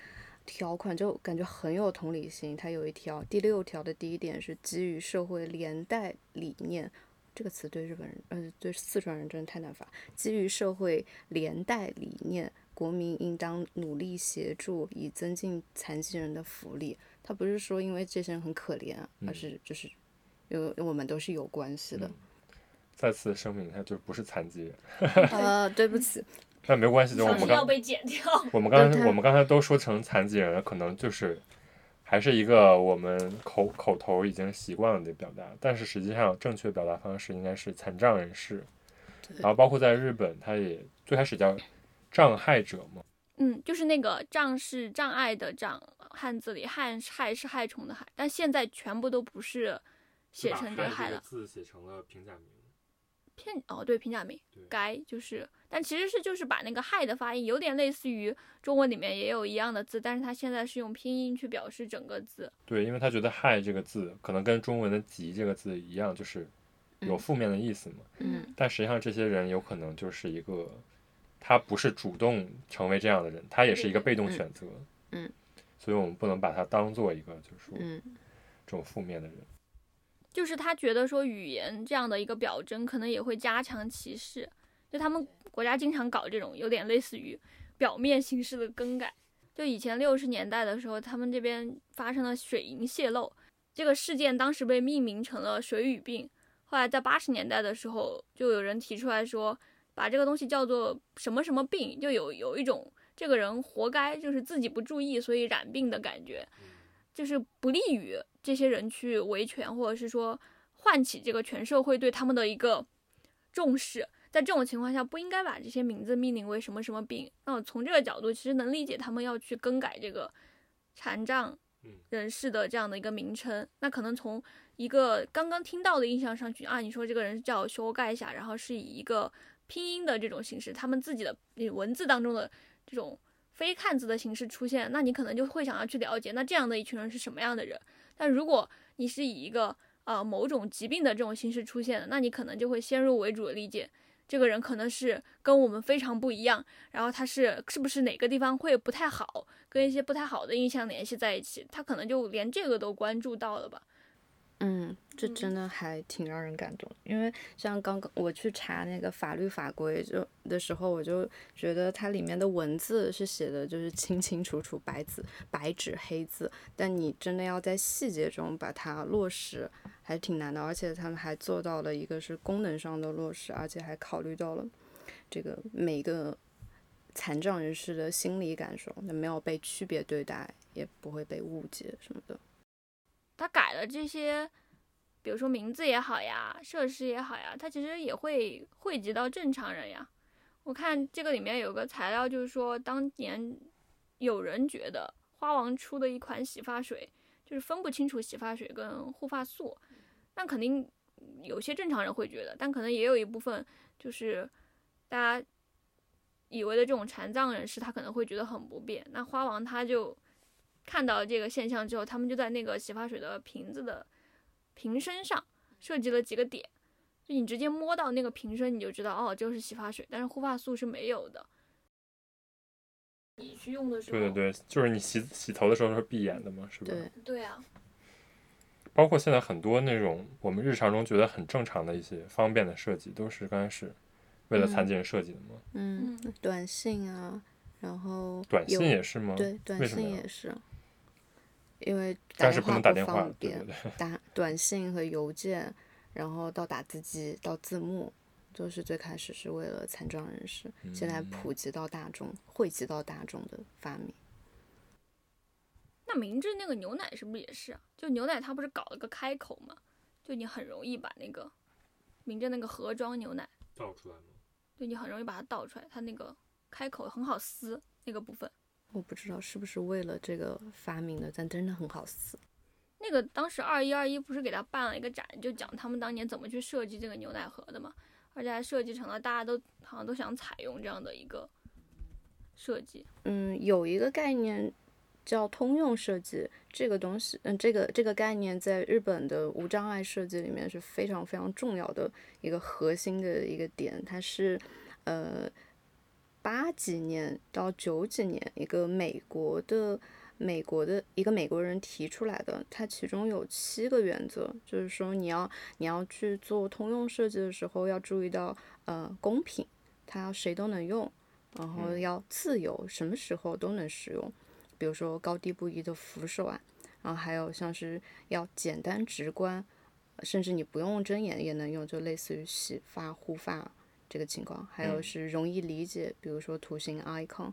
[SPEAKER 8] 条款，就感觉很有同理心。他有一条第六条的第一点是基于社会连带理念，这个词对日本人，呃，对四川人真的太难发。基于社会连带理念，国民应当努力协助以增进残疾人的福利。他不是说因为这些人很可怜啊，
[SPEAKER 1] 嗯
[SPEAKER 8] 而是就是有我们都是有关系的
[SPEAKER 1] 嗯。再次声明一下，就不是残疾人，
[SPEAKER 8] 呃，对不起，
[SPEAKER 1] 但没关系，就我
[SPEAKER 2] 小
[SPEAKER 1] 们
[SPEAKER 2] 心要
[SPEAKER 1] 刚
[SPEAKER 2] 被剪掉。
[SPEAKER 1] 我们刚
[SPEAKER 8] 对
[SPEAKER 1] 才
[SPEAKER 8] 他
[SPEAKER 1] 我们刚才都说成残疾人了，可能就是还是一个我们口口头已经习惯了的表达，但是实际上正确表达方式应该是残障人士，然后包括在日本，它也最开始叫障碍者嘛，
[SPEAKER 2] 嗯，就是那个障是障碍的障，汉字里汉是害是害虫的害，但现在全部都不是写成这个害了，
[SPEAKER 1] 字写成了平假名，
[SPEAKER 2] 片哦对平假名
[SPEAKER 1] 对
[SPEAKER 2] 该就是，但其实是就是把那个害的发音有点类似于中文里面也有一样的字，但是它现在是用拼音去表示整个字，
[SPEAKER 1] 对，因为他觉得害这个字可能跟中文的疾这个字一样，就是有负面的意思嘛，
[SPEAKER 7] 嗯
[SPEAKER 1] 但实际上这些人有可能就是一个，他不是主动成为这样的人，他也是一个被动选择。
[SPEAKER 7] 嗯嗯
[SPEAKER 1] 所以我们不能把他当做一个就是说这
[SPEAKER 7] 嗯
[SPEAKER 1] 种负面的人。
[SPEAKER 2] 就是他觉得说语言这样的一个表征，可能也会加强歧视，就他们国家经常搞这种有点类似于表面形式的更改。就以前六十年代的时候，他们这边发生了水银泄漏，这个事件当时被命名成了水俣病。后来在八十年代的时候，就有人提出来说，把这个东西叫做什么什么病，就有有一种这个人活该，就是自己不注意所以染病的感觉，就是不利于这些人去维权，或者是说唤起这个全社会对他们的一个重视。在这种情况下，不应该把这些名字命名为什么什么病。那我从这个角度，其实能理解他们要去更改这个残障人士的这样的一个名称。那可能从一个刚刚听到的印象上去啊，你说这个人叫修改一下，然后是以一个拼音的这种形式，他们自己的呃文字当中的这种非汉字的形式出现，那你可能就会想要去了解，那这样的一群人是什么样的人。但如果你是以一个呃某种疾病的这种形式出现的，那你可能就会先入为主的理解，这个人可能是跟我们非常不一样，然后他是是不是哪个地方会不太好，跟一些不太好的印象联系在一起，他可能就连这个都关注到了吧。
[SPEAKER 8] 嗯，这
[SPEAKER 2] 嗯
[SPEAKER 8] 真的还挺让人感动，因为像刚刚我去查那个法律法规就的时候，我就觉得它里面的文字是写的就是清清楚楚，白字白纸黑字，但你真的要在细节中把它落实，还挺难的。而且他们还做到了一个是功能上的落实，而且还考虑到了这个每个残障人士的心理感受，那没有被区别对待，也不会被误解什么的。
[SPEAKER 2] 他改了这些，比如说名字也好呀，设施也好呀，它其实也会惠及到正常人呀。我看这个里面有个材料，就是说当年有人觉得花王出的一款洗发水，就是分不清楚洗发水跟护发素，那肯定有些正常人会觉得，但可能也有一部分就是大家以为的这种残障人士，他可能会觉得很不便。那花王他就看到这个现象之后，他们就在那个洗发水的瓶子的瓶身上设计了几个点，就你直接摸到那个瓶身，你就知道哦，这个是洗发水，但是护发素是没有的。你去用的时候，
[SPEAKER 1] 对对对，就是你洗洗头的时候是闭眼的嘛，是吧？
[SPEAKER 8] 对，
[SPEAKER 2] 对啊，
[SPEAKER 1] 包括现在很多那种我们日常中觉得很正常的一些方便的设计，都是刚开始为了残疾人设计的嘛。
[SPEAKER 8] 嗯，
[SPEAKER 2] 嗯，
[SPEAKER 8] 短信啊，然后
[SPEAKER 1] 短信
[SPEAKER 8] 有
[SPEAKER 1] 也是吗？
[SPEAKER 8] 对，短
[SPEAKER 1] 为什
[SPEAKER 8] 信
[SPEAKER 1] 么呀
[SPEAKER 8] 也是，因为
[SPEAKER 1] 但是不能打电话
[SPEAKER 8] 方，
[SPEAKER 1] 对
[SPEAKER 8] 便，
[SPEAKER 1] 不对？
[SPEAKER 8] 打短信和邮件，然后到打字机到字幕，就是最开始是为了残障人士，现在
[SPEAKER 1] 嗯
[SPEAKER 8] 普及到大众，惠及到大众的发明。
[SPEAKER 2] 那明治那个牛奶是不是也是啊？就牛奶它不是搞了个开口嘛，就你很容易把那个明治那个盒装牛奶，
[SPEAKER 1] 倒出来吗？
[SPEAKER 2] 就你很容易把它倒出来，它那个开口很好撕那个部分。
[SPEAKER 8] 我不知道是不是为了这个发明的，但真的很好撕。
[SPEAKER 2] 那个当时二一二一不是给他办了一个展，就讲他们当年怎么去设计这个牛奶盒的嘛，而且还设计成了大家都好像都想采用这样的一个设计。
[SPEAKER 8] 嗯，有一个概念叫通用设计，这个东西，嗯，这个这个概念在日本的无障碍设计里面是非常非常重要的一个核心的一个点，它是呃八几年到九几年一个美国的。美国的一个美国人提出来的，它其中有七个原则，就是说你要你要去做通用设计的时候，要注意到呃公平，它要谁都能用，然后要自由，什么时候都能使用，比如说高低不一的扶手啊，然后还有像是要简单直观，甚至你不用睁眼也能用，就类似于洗发护发这个情况，还有
[SPEAKER 1] 嗯
[SPEAKER 8] 是容易理解，比如说图形 icon，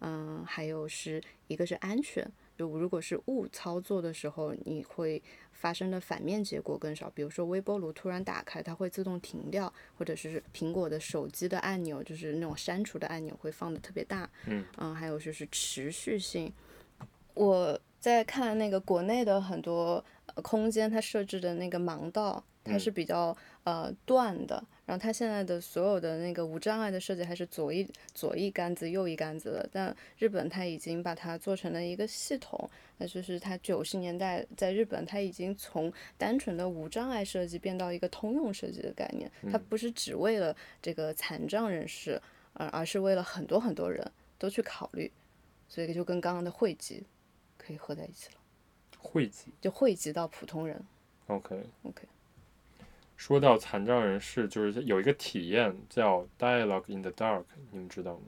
[SPEAKER 8] 嗯、还有是一个是安全。就如果是误操作的时候，你会发生的反面结果更少。比如说微波炉突然打开，它会自动停掉，或者是苹果的手机的按钮，就是那种删除的按钮会放的特别大。
[SPEAKER 1] 嗯
[SPEAKER 8] 还有就是持续性。我在看那个国内的很多呃空间，它设置的那个盲道，它是
[SPEAKER 1] 嗯
[SPEAKER 8] 比较、呃断的。然后它现在的所有的那个无障碍的设计还是左一左一杆子右一杆子的，但日本它已经把它做成了一个系统，那就是它九十年代在日本，它已经从单纯的无障碍设计变到一个通用设计的概念，它
[SPEAKER 1] 嗯
[SPEAKER 8] 不是只为了这个残障人士，而而是为了很多很多人都去考虑，所以就跟刚刚的汇集可以合在一起了，
[SPEAKER 1] 汇集
[SPEAKER 8] 就汇集到普通人。
[SPEAKER 1] ，OK。
[SPEAKER 8] OK，
[SPEAKER 1] 说到残障人士，就是有一个体验叫 Dialogue in the Dark，你们知道吗？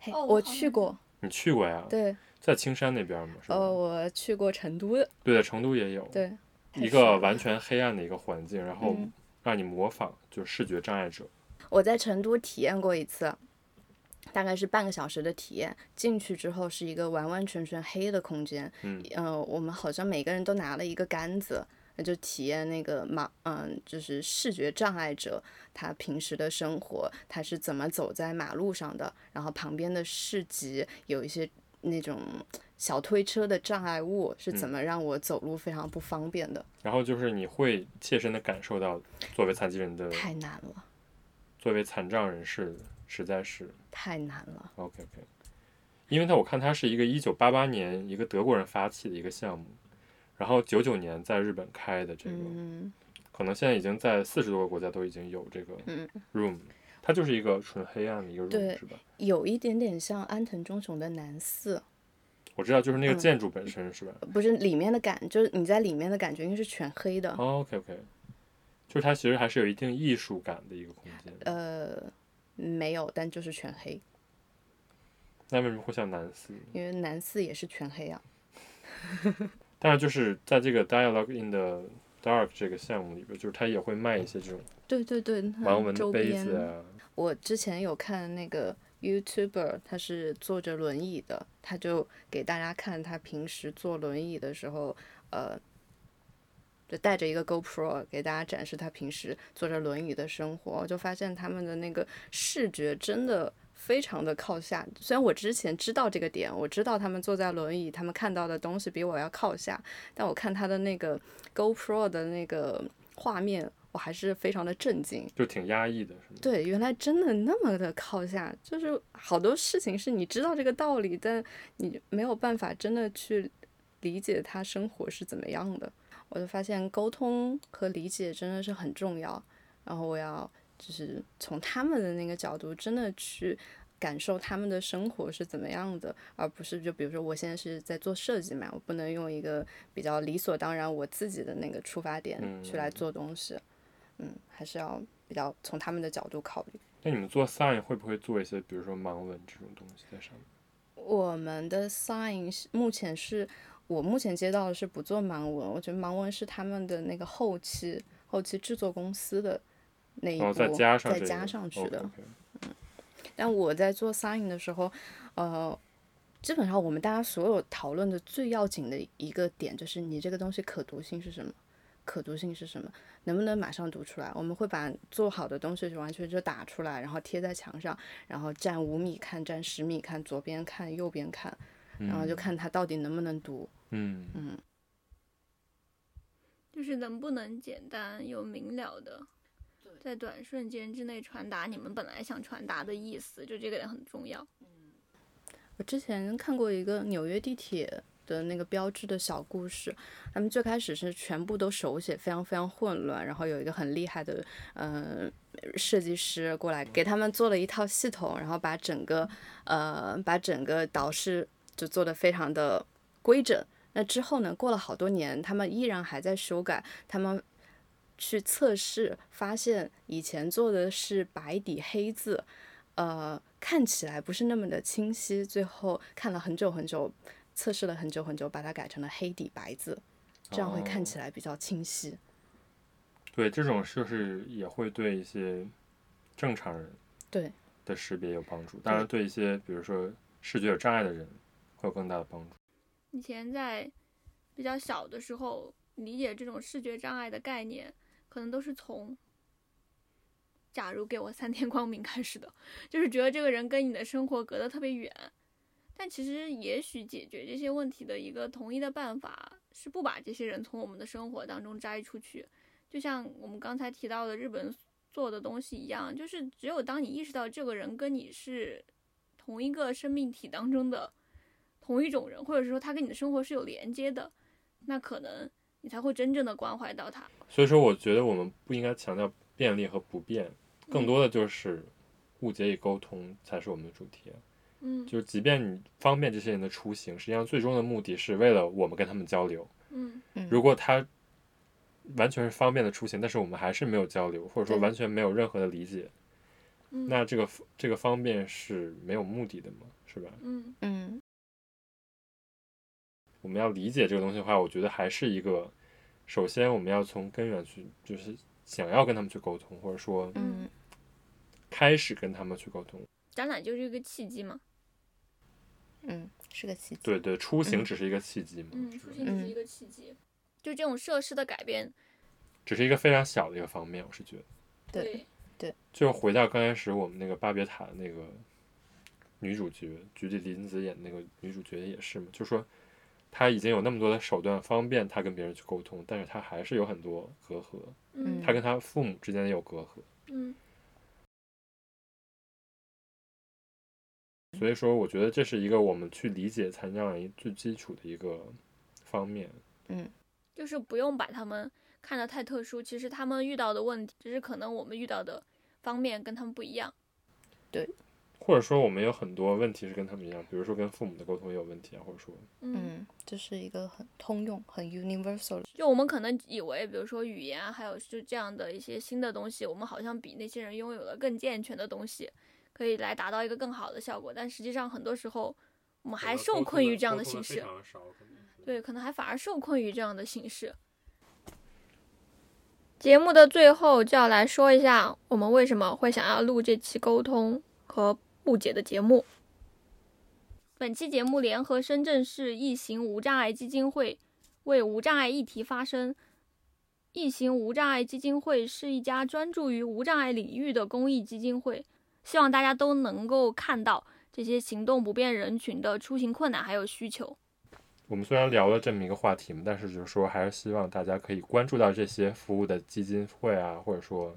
[SPEAKER 8] 嘿，
[SPEAKER 2] 哦我
[SPEAKER 8] 我
[SPEAKER 2] 好
[SPEAKER 8] 去
[SPEAKER 2] 像
[SPEAKER 8] 过，
[SPEAKER 1] 你去过呀？
[SPEAKER 8] 对，
[SPEAKER 1] 在青山那边吗？是吧？
[SPEAKER 8] 呃，我去过成都的，
[SPEAKER 1] 对，在成都也有。
[SPEAKER 8] 对，太
[SPEAKER 1] 一
[SPEAKER 8] 爽
[SPEAKER 1] 个
[SPEAKER 8] 了
[SPEAKER 1] 完全黑暗的一个环境，然后
[SPEAKER 8] 嗯
[SPEAKER 1] 让你模仿，就是视觉障碍者。
[SPEAKER 8] 我在成都体验过一次，大概是半个小时的体验。进去之后是一个完完全全黑的空间，
[SPEAKER 1] 嗯
[SPEAKER 8] 呃，我们好像每个人都拿了一个杆子，那就体验那个盲，嗯，就是视觉障碍者他平时的生活，他是怎么走在马路上的，然后旁边的市集有一些那种小推车的障碍物是怎
[SPEAKER 1] 嗯
[SPEAKER 8] 么让我走路非常不方便的，
[SPEAKER 1] 然后就是你会切身的感受到，作为残疾人的，
[SPEAKER 8] 太难了，
[SPEAKER 1] 作为残障人士，实在是
[SPEAKER 8] 太难了。
[SPEAKER 1] OK OK，因为它我看它是一个一九八八年一个德国人发起的一个项目，然后九九年在日本开的这个，
[SPEAKER 8] 嗯，
[SPEAKER 1] 可能现在已经在四十多个国家都已经有这个
[SPEAKER 8] 嗯
[SPEAKER 1] room，、它就是一个纯黑暗的一个
[SPEAKER 8] 对
[SPEAKER 1] room 是吧？
[SPEAKER 8] 有一点点像安藤忠雄的南寺，
[SPEAKER 1] 我知道，就是那个
[SPEAKER 8] 嗯
[SPEAKER 1] 建筑本身、是吧
[SPEAKER 8] 不是里面的感，就是你在里面的感觉应该是全黑的。
[SPEAKER 1] ？OK OK，就是它其实还是有一定艺术感的一个空间。
[SPEAKER 8] 呃，没有，但就是全黑，
[SPEAKER 1] 那为什么会像南寺？
[SPEAKER 8] 因为南寺也是全黑啊。
[SPEAKER 1] 当然就是在这个 Dialogue in the Dark 这个项目里边，就是它也会卖一些这种
[SPEAKER 8] 对对对，它
[SPEAKER 1] 盲文的
[SPEAKER 8] 嗯周
[SPEAKER 1] 杯
[SPEAKER 8] 边。
[SPEAKER 1] 子啊，
[SPEAKER 8] 我之前有看那个 YouTuber，他是坐着轮椅的，他就给大家看他平时坐轮椅的时候，呃，就带着一个 GoPro 给大家展示他平时坐着轮椅的生活，我就发现他们的那个视觉真的。非常的靠下，虽然我之前知道这个点，我知道他们坐在轮椅，他们看到的东西比我要靠下，但我看他的那个 GoPro 的那个画面，我还是非常的震惊。
[SPEAKER 1] 就挺压抑的，是吗？
[SPEAKER 8] 对，原来真的那么的靠下，就是好多事情是你知道这个道理，但你没有办法真的去理解他生活是怎么样的。我就发现沟通和理解真的是很重要，然后我要就是从他们的那个角度，真的去感受他们的生活是怎么样的，而不是就比如说我现在是在做设计嘛，我不能用一个比较理所当然我自己的那个出发点去
[SPEAKER 1] 嗯
[SPEAKER 8] 来做东西，嗯还是要比较从他们的角度考虑。
[SPEAKER 1] 那你们做 sign 会不会做一些，比如说盲文这种东西在上面？
[SPEAKER 8] 我们的 sign 是目前是我目前接到的是不做盲文，我觉得盲文是他们的那个后期后期制作公司的那一步、
[SPEAKER 1] 然哦后再加上
[SPEAKER 8] 再
[SPEAKER 1] 这个
[SPEAKER 8] 加上去的。
[SPEAKER 1] OK，OK
[SPEAKER 8] 但我在做 sign 的时候，呃，基本上我们大家所有讨论的最要紧的一个点就是你这个东西可读性是什么，可读性是什么，能不能马上读出来？我们会把做好的东西就完全就打出来，然后贴在墙上，然后站五米看，站十米看，左边看，右边看，然后就看它到底能不能读。
[SPEAKER 1] 嗯，
[SPEAKER 2] 就是能不能简单又明了的，在短瞬间之内传达你们本来想传达的意思，就这个点很重要。
[SPEAKER 8] 我之前看过一个纽约地铁的那个标志的小故事，他们最开始是全部都手写，非常非常混乱，然后有一个很厉害的嗯、呃设计师过来给他们做了一套系统，然后把整个呃把整个导视就做的非常的规整。那之后呢，过了好多年，他们依然还在修改，他们去测试，发现以前做的是白底黑字，呃，看起来不是那么的清晰，最后看了很久很久，测试了很久很久，把它改成了黑底白字，这样会
[SPEAKER 1] 哦
[SPEAKER 8] 看起来比较清晰。
[SPEAKER 1] 对，这种就是也会对一些正常人
[SPEAKER 8] 对
[SPEAKER 1] 的识别有帮助，当然对一些比如说视觉有障碍的人会有更大的帮助。
[SPEAKER 2] 以前在比较小的时候，理解这种视觉障碍的概念，可能都是从“假如给我三天光明”开始的，就是觉得这个人跟你的生活隔得特别远。但其实，也许解决这些问题的一个统一的办法是不把这些人从我们的生活当中摘出去，就像我们刚才提到的日本做的东西一样，就是只有当你意识到这个人跟你是同一个生命体当中的同一种人，或者说他跟你的生活是有连接的，那可能你才会真正的关怀到他。
[SPEAKER 1] 所以说，我觉得我们不应该强调便利和不便，
[SPEAKER 2] 嗯
[SPEAKER 1] 更多的就是误解与沟通才是我们的主题。啊
[SPEAKER 2] 嗯
[SPEAKER 1] 就是即便你方便这些人的出行，实际上最终的目的是为了我们跟他们交流。
[SPEAKER 2] 嗯
[SPEAKER 1] 如果他完全是方便的出行，但是我们还是没有交流，或者说
[SPEAKER 8] 对
[SPEAKER 1] 完全没有任何的理解，
[SPEAKER 2] 嗯
[SPEAKER 1] 那这个这个方便是没有目的的嘛，是吧？
[SPEAKER 2] 嗯
[SPEAKER 7] 嗯
[SPEAKER 1] 我们要理解这个东西的话，我觉得还是一个，首先我们要从根源去，就是想要跟他们去沟通，或者说
[SPEAKER 2] 嗯，
[SPEAKER 1] 开始跟他们去沟通。
[SPEAKER 2] 展览就是一个契机嘛。
[SPEAKER 7] 嗯，是个奇迹。
[SPEAKER 1] 对对，出行只是一个契机嘛，
[SPEAKER 2] 嗯，
[SPEAKER 1] 是
[SPEAKER 2] 出
[SPEAKER 1] 吧
[SPEAKER 2] 行只是一个契机。就这种设施的改变，
[SPEAKER 1] 只是一个非常小的一个方面，我是觉得。
[SPEAKER 7] 对
[SPEAKER 2] 对，
[SPEAKER 1] 就回到刚开始我们那个巴别塔的那个女主角，菊地凛子演那个女主角也是嘛，就说她已经有那么多的手段方便她跟别人去沟通，但是她还是有很多隔阂，
[SPEAKER 2] 嗯
[SPEAKER 1] 她跟她父母之间也有隔阂，
[SPEAKER 2] 嗯
[SPEAKER 1] 所以说我觉得这是一个我们去理解残障人最基础的一个方面。
[SPEAKER 2] 就是不用把他们看得太特殊，其实他们遇到的问题，只是可能我们遇到的方面跟他们不一样。
[SPEAKER 1] 或者说，我们有很多问题是跟他们一样，比如说跟父母的沟通也有问题啊，或者说，
[SPEAKER 2] 嗯，
[SPEAKER 7] 嗯，这是一个很通用、很 universal 的。
[SPEAKER 2] 就我们可能以为，比如说语言啊，还有就这样的一些新的东西，我们好像比那些人拥有了更健全的东西，可以来达到一个更好的效果。但实际上，很多时候我们还受困于这样的形式，对，可能还反而受困于这样的形式。节目的最后就要来说一下，我们为什么会想要录这期沟通和误解的节目。本期节目联合深圳市疫行无障碍基金会为无障碍议题发声。疫行无障碍基金会是一家专注于无障碍领域的公益基金会，希望大家都能够看到这些行动不便人群的出行困难还有需求。
[SPEAKER 1] 我们虽然聊了这么一个话题嘛，但是就是说，还是希望大家可以关注到这些服务的基金会啊，或者说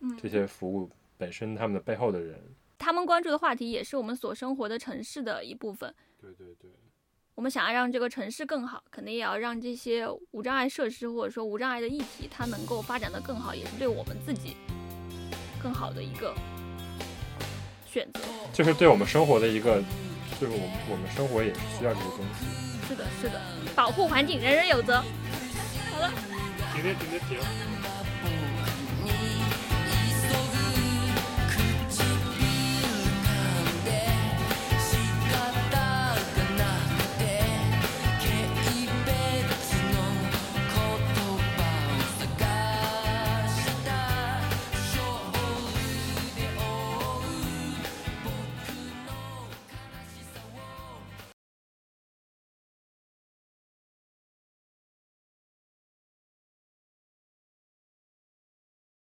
[SPEAKER 2] 嗯
[SPEAKER 1] 这些服务本身他们的背后的人。
[SPEAKER 2] 他们关注的话题也是我们所生活的城市的一部分。
[SPEAKER 1] 对对对，
[SPEAKER 2] 我们想要让这个城市更好，肯定也要让这些无障碍设施或者说无障碍的议题，它能够发展的更好，也是对我们自己更好的一个选择。
[SPEAKER 1] 就是对我们生活的一个，就是我们我们生活也是需要这些东西。
[SPEAKER 2] 是的，是的，保护环境，人人有责。好了。
[SPEAKER 1] 停停停停停。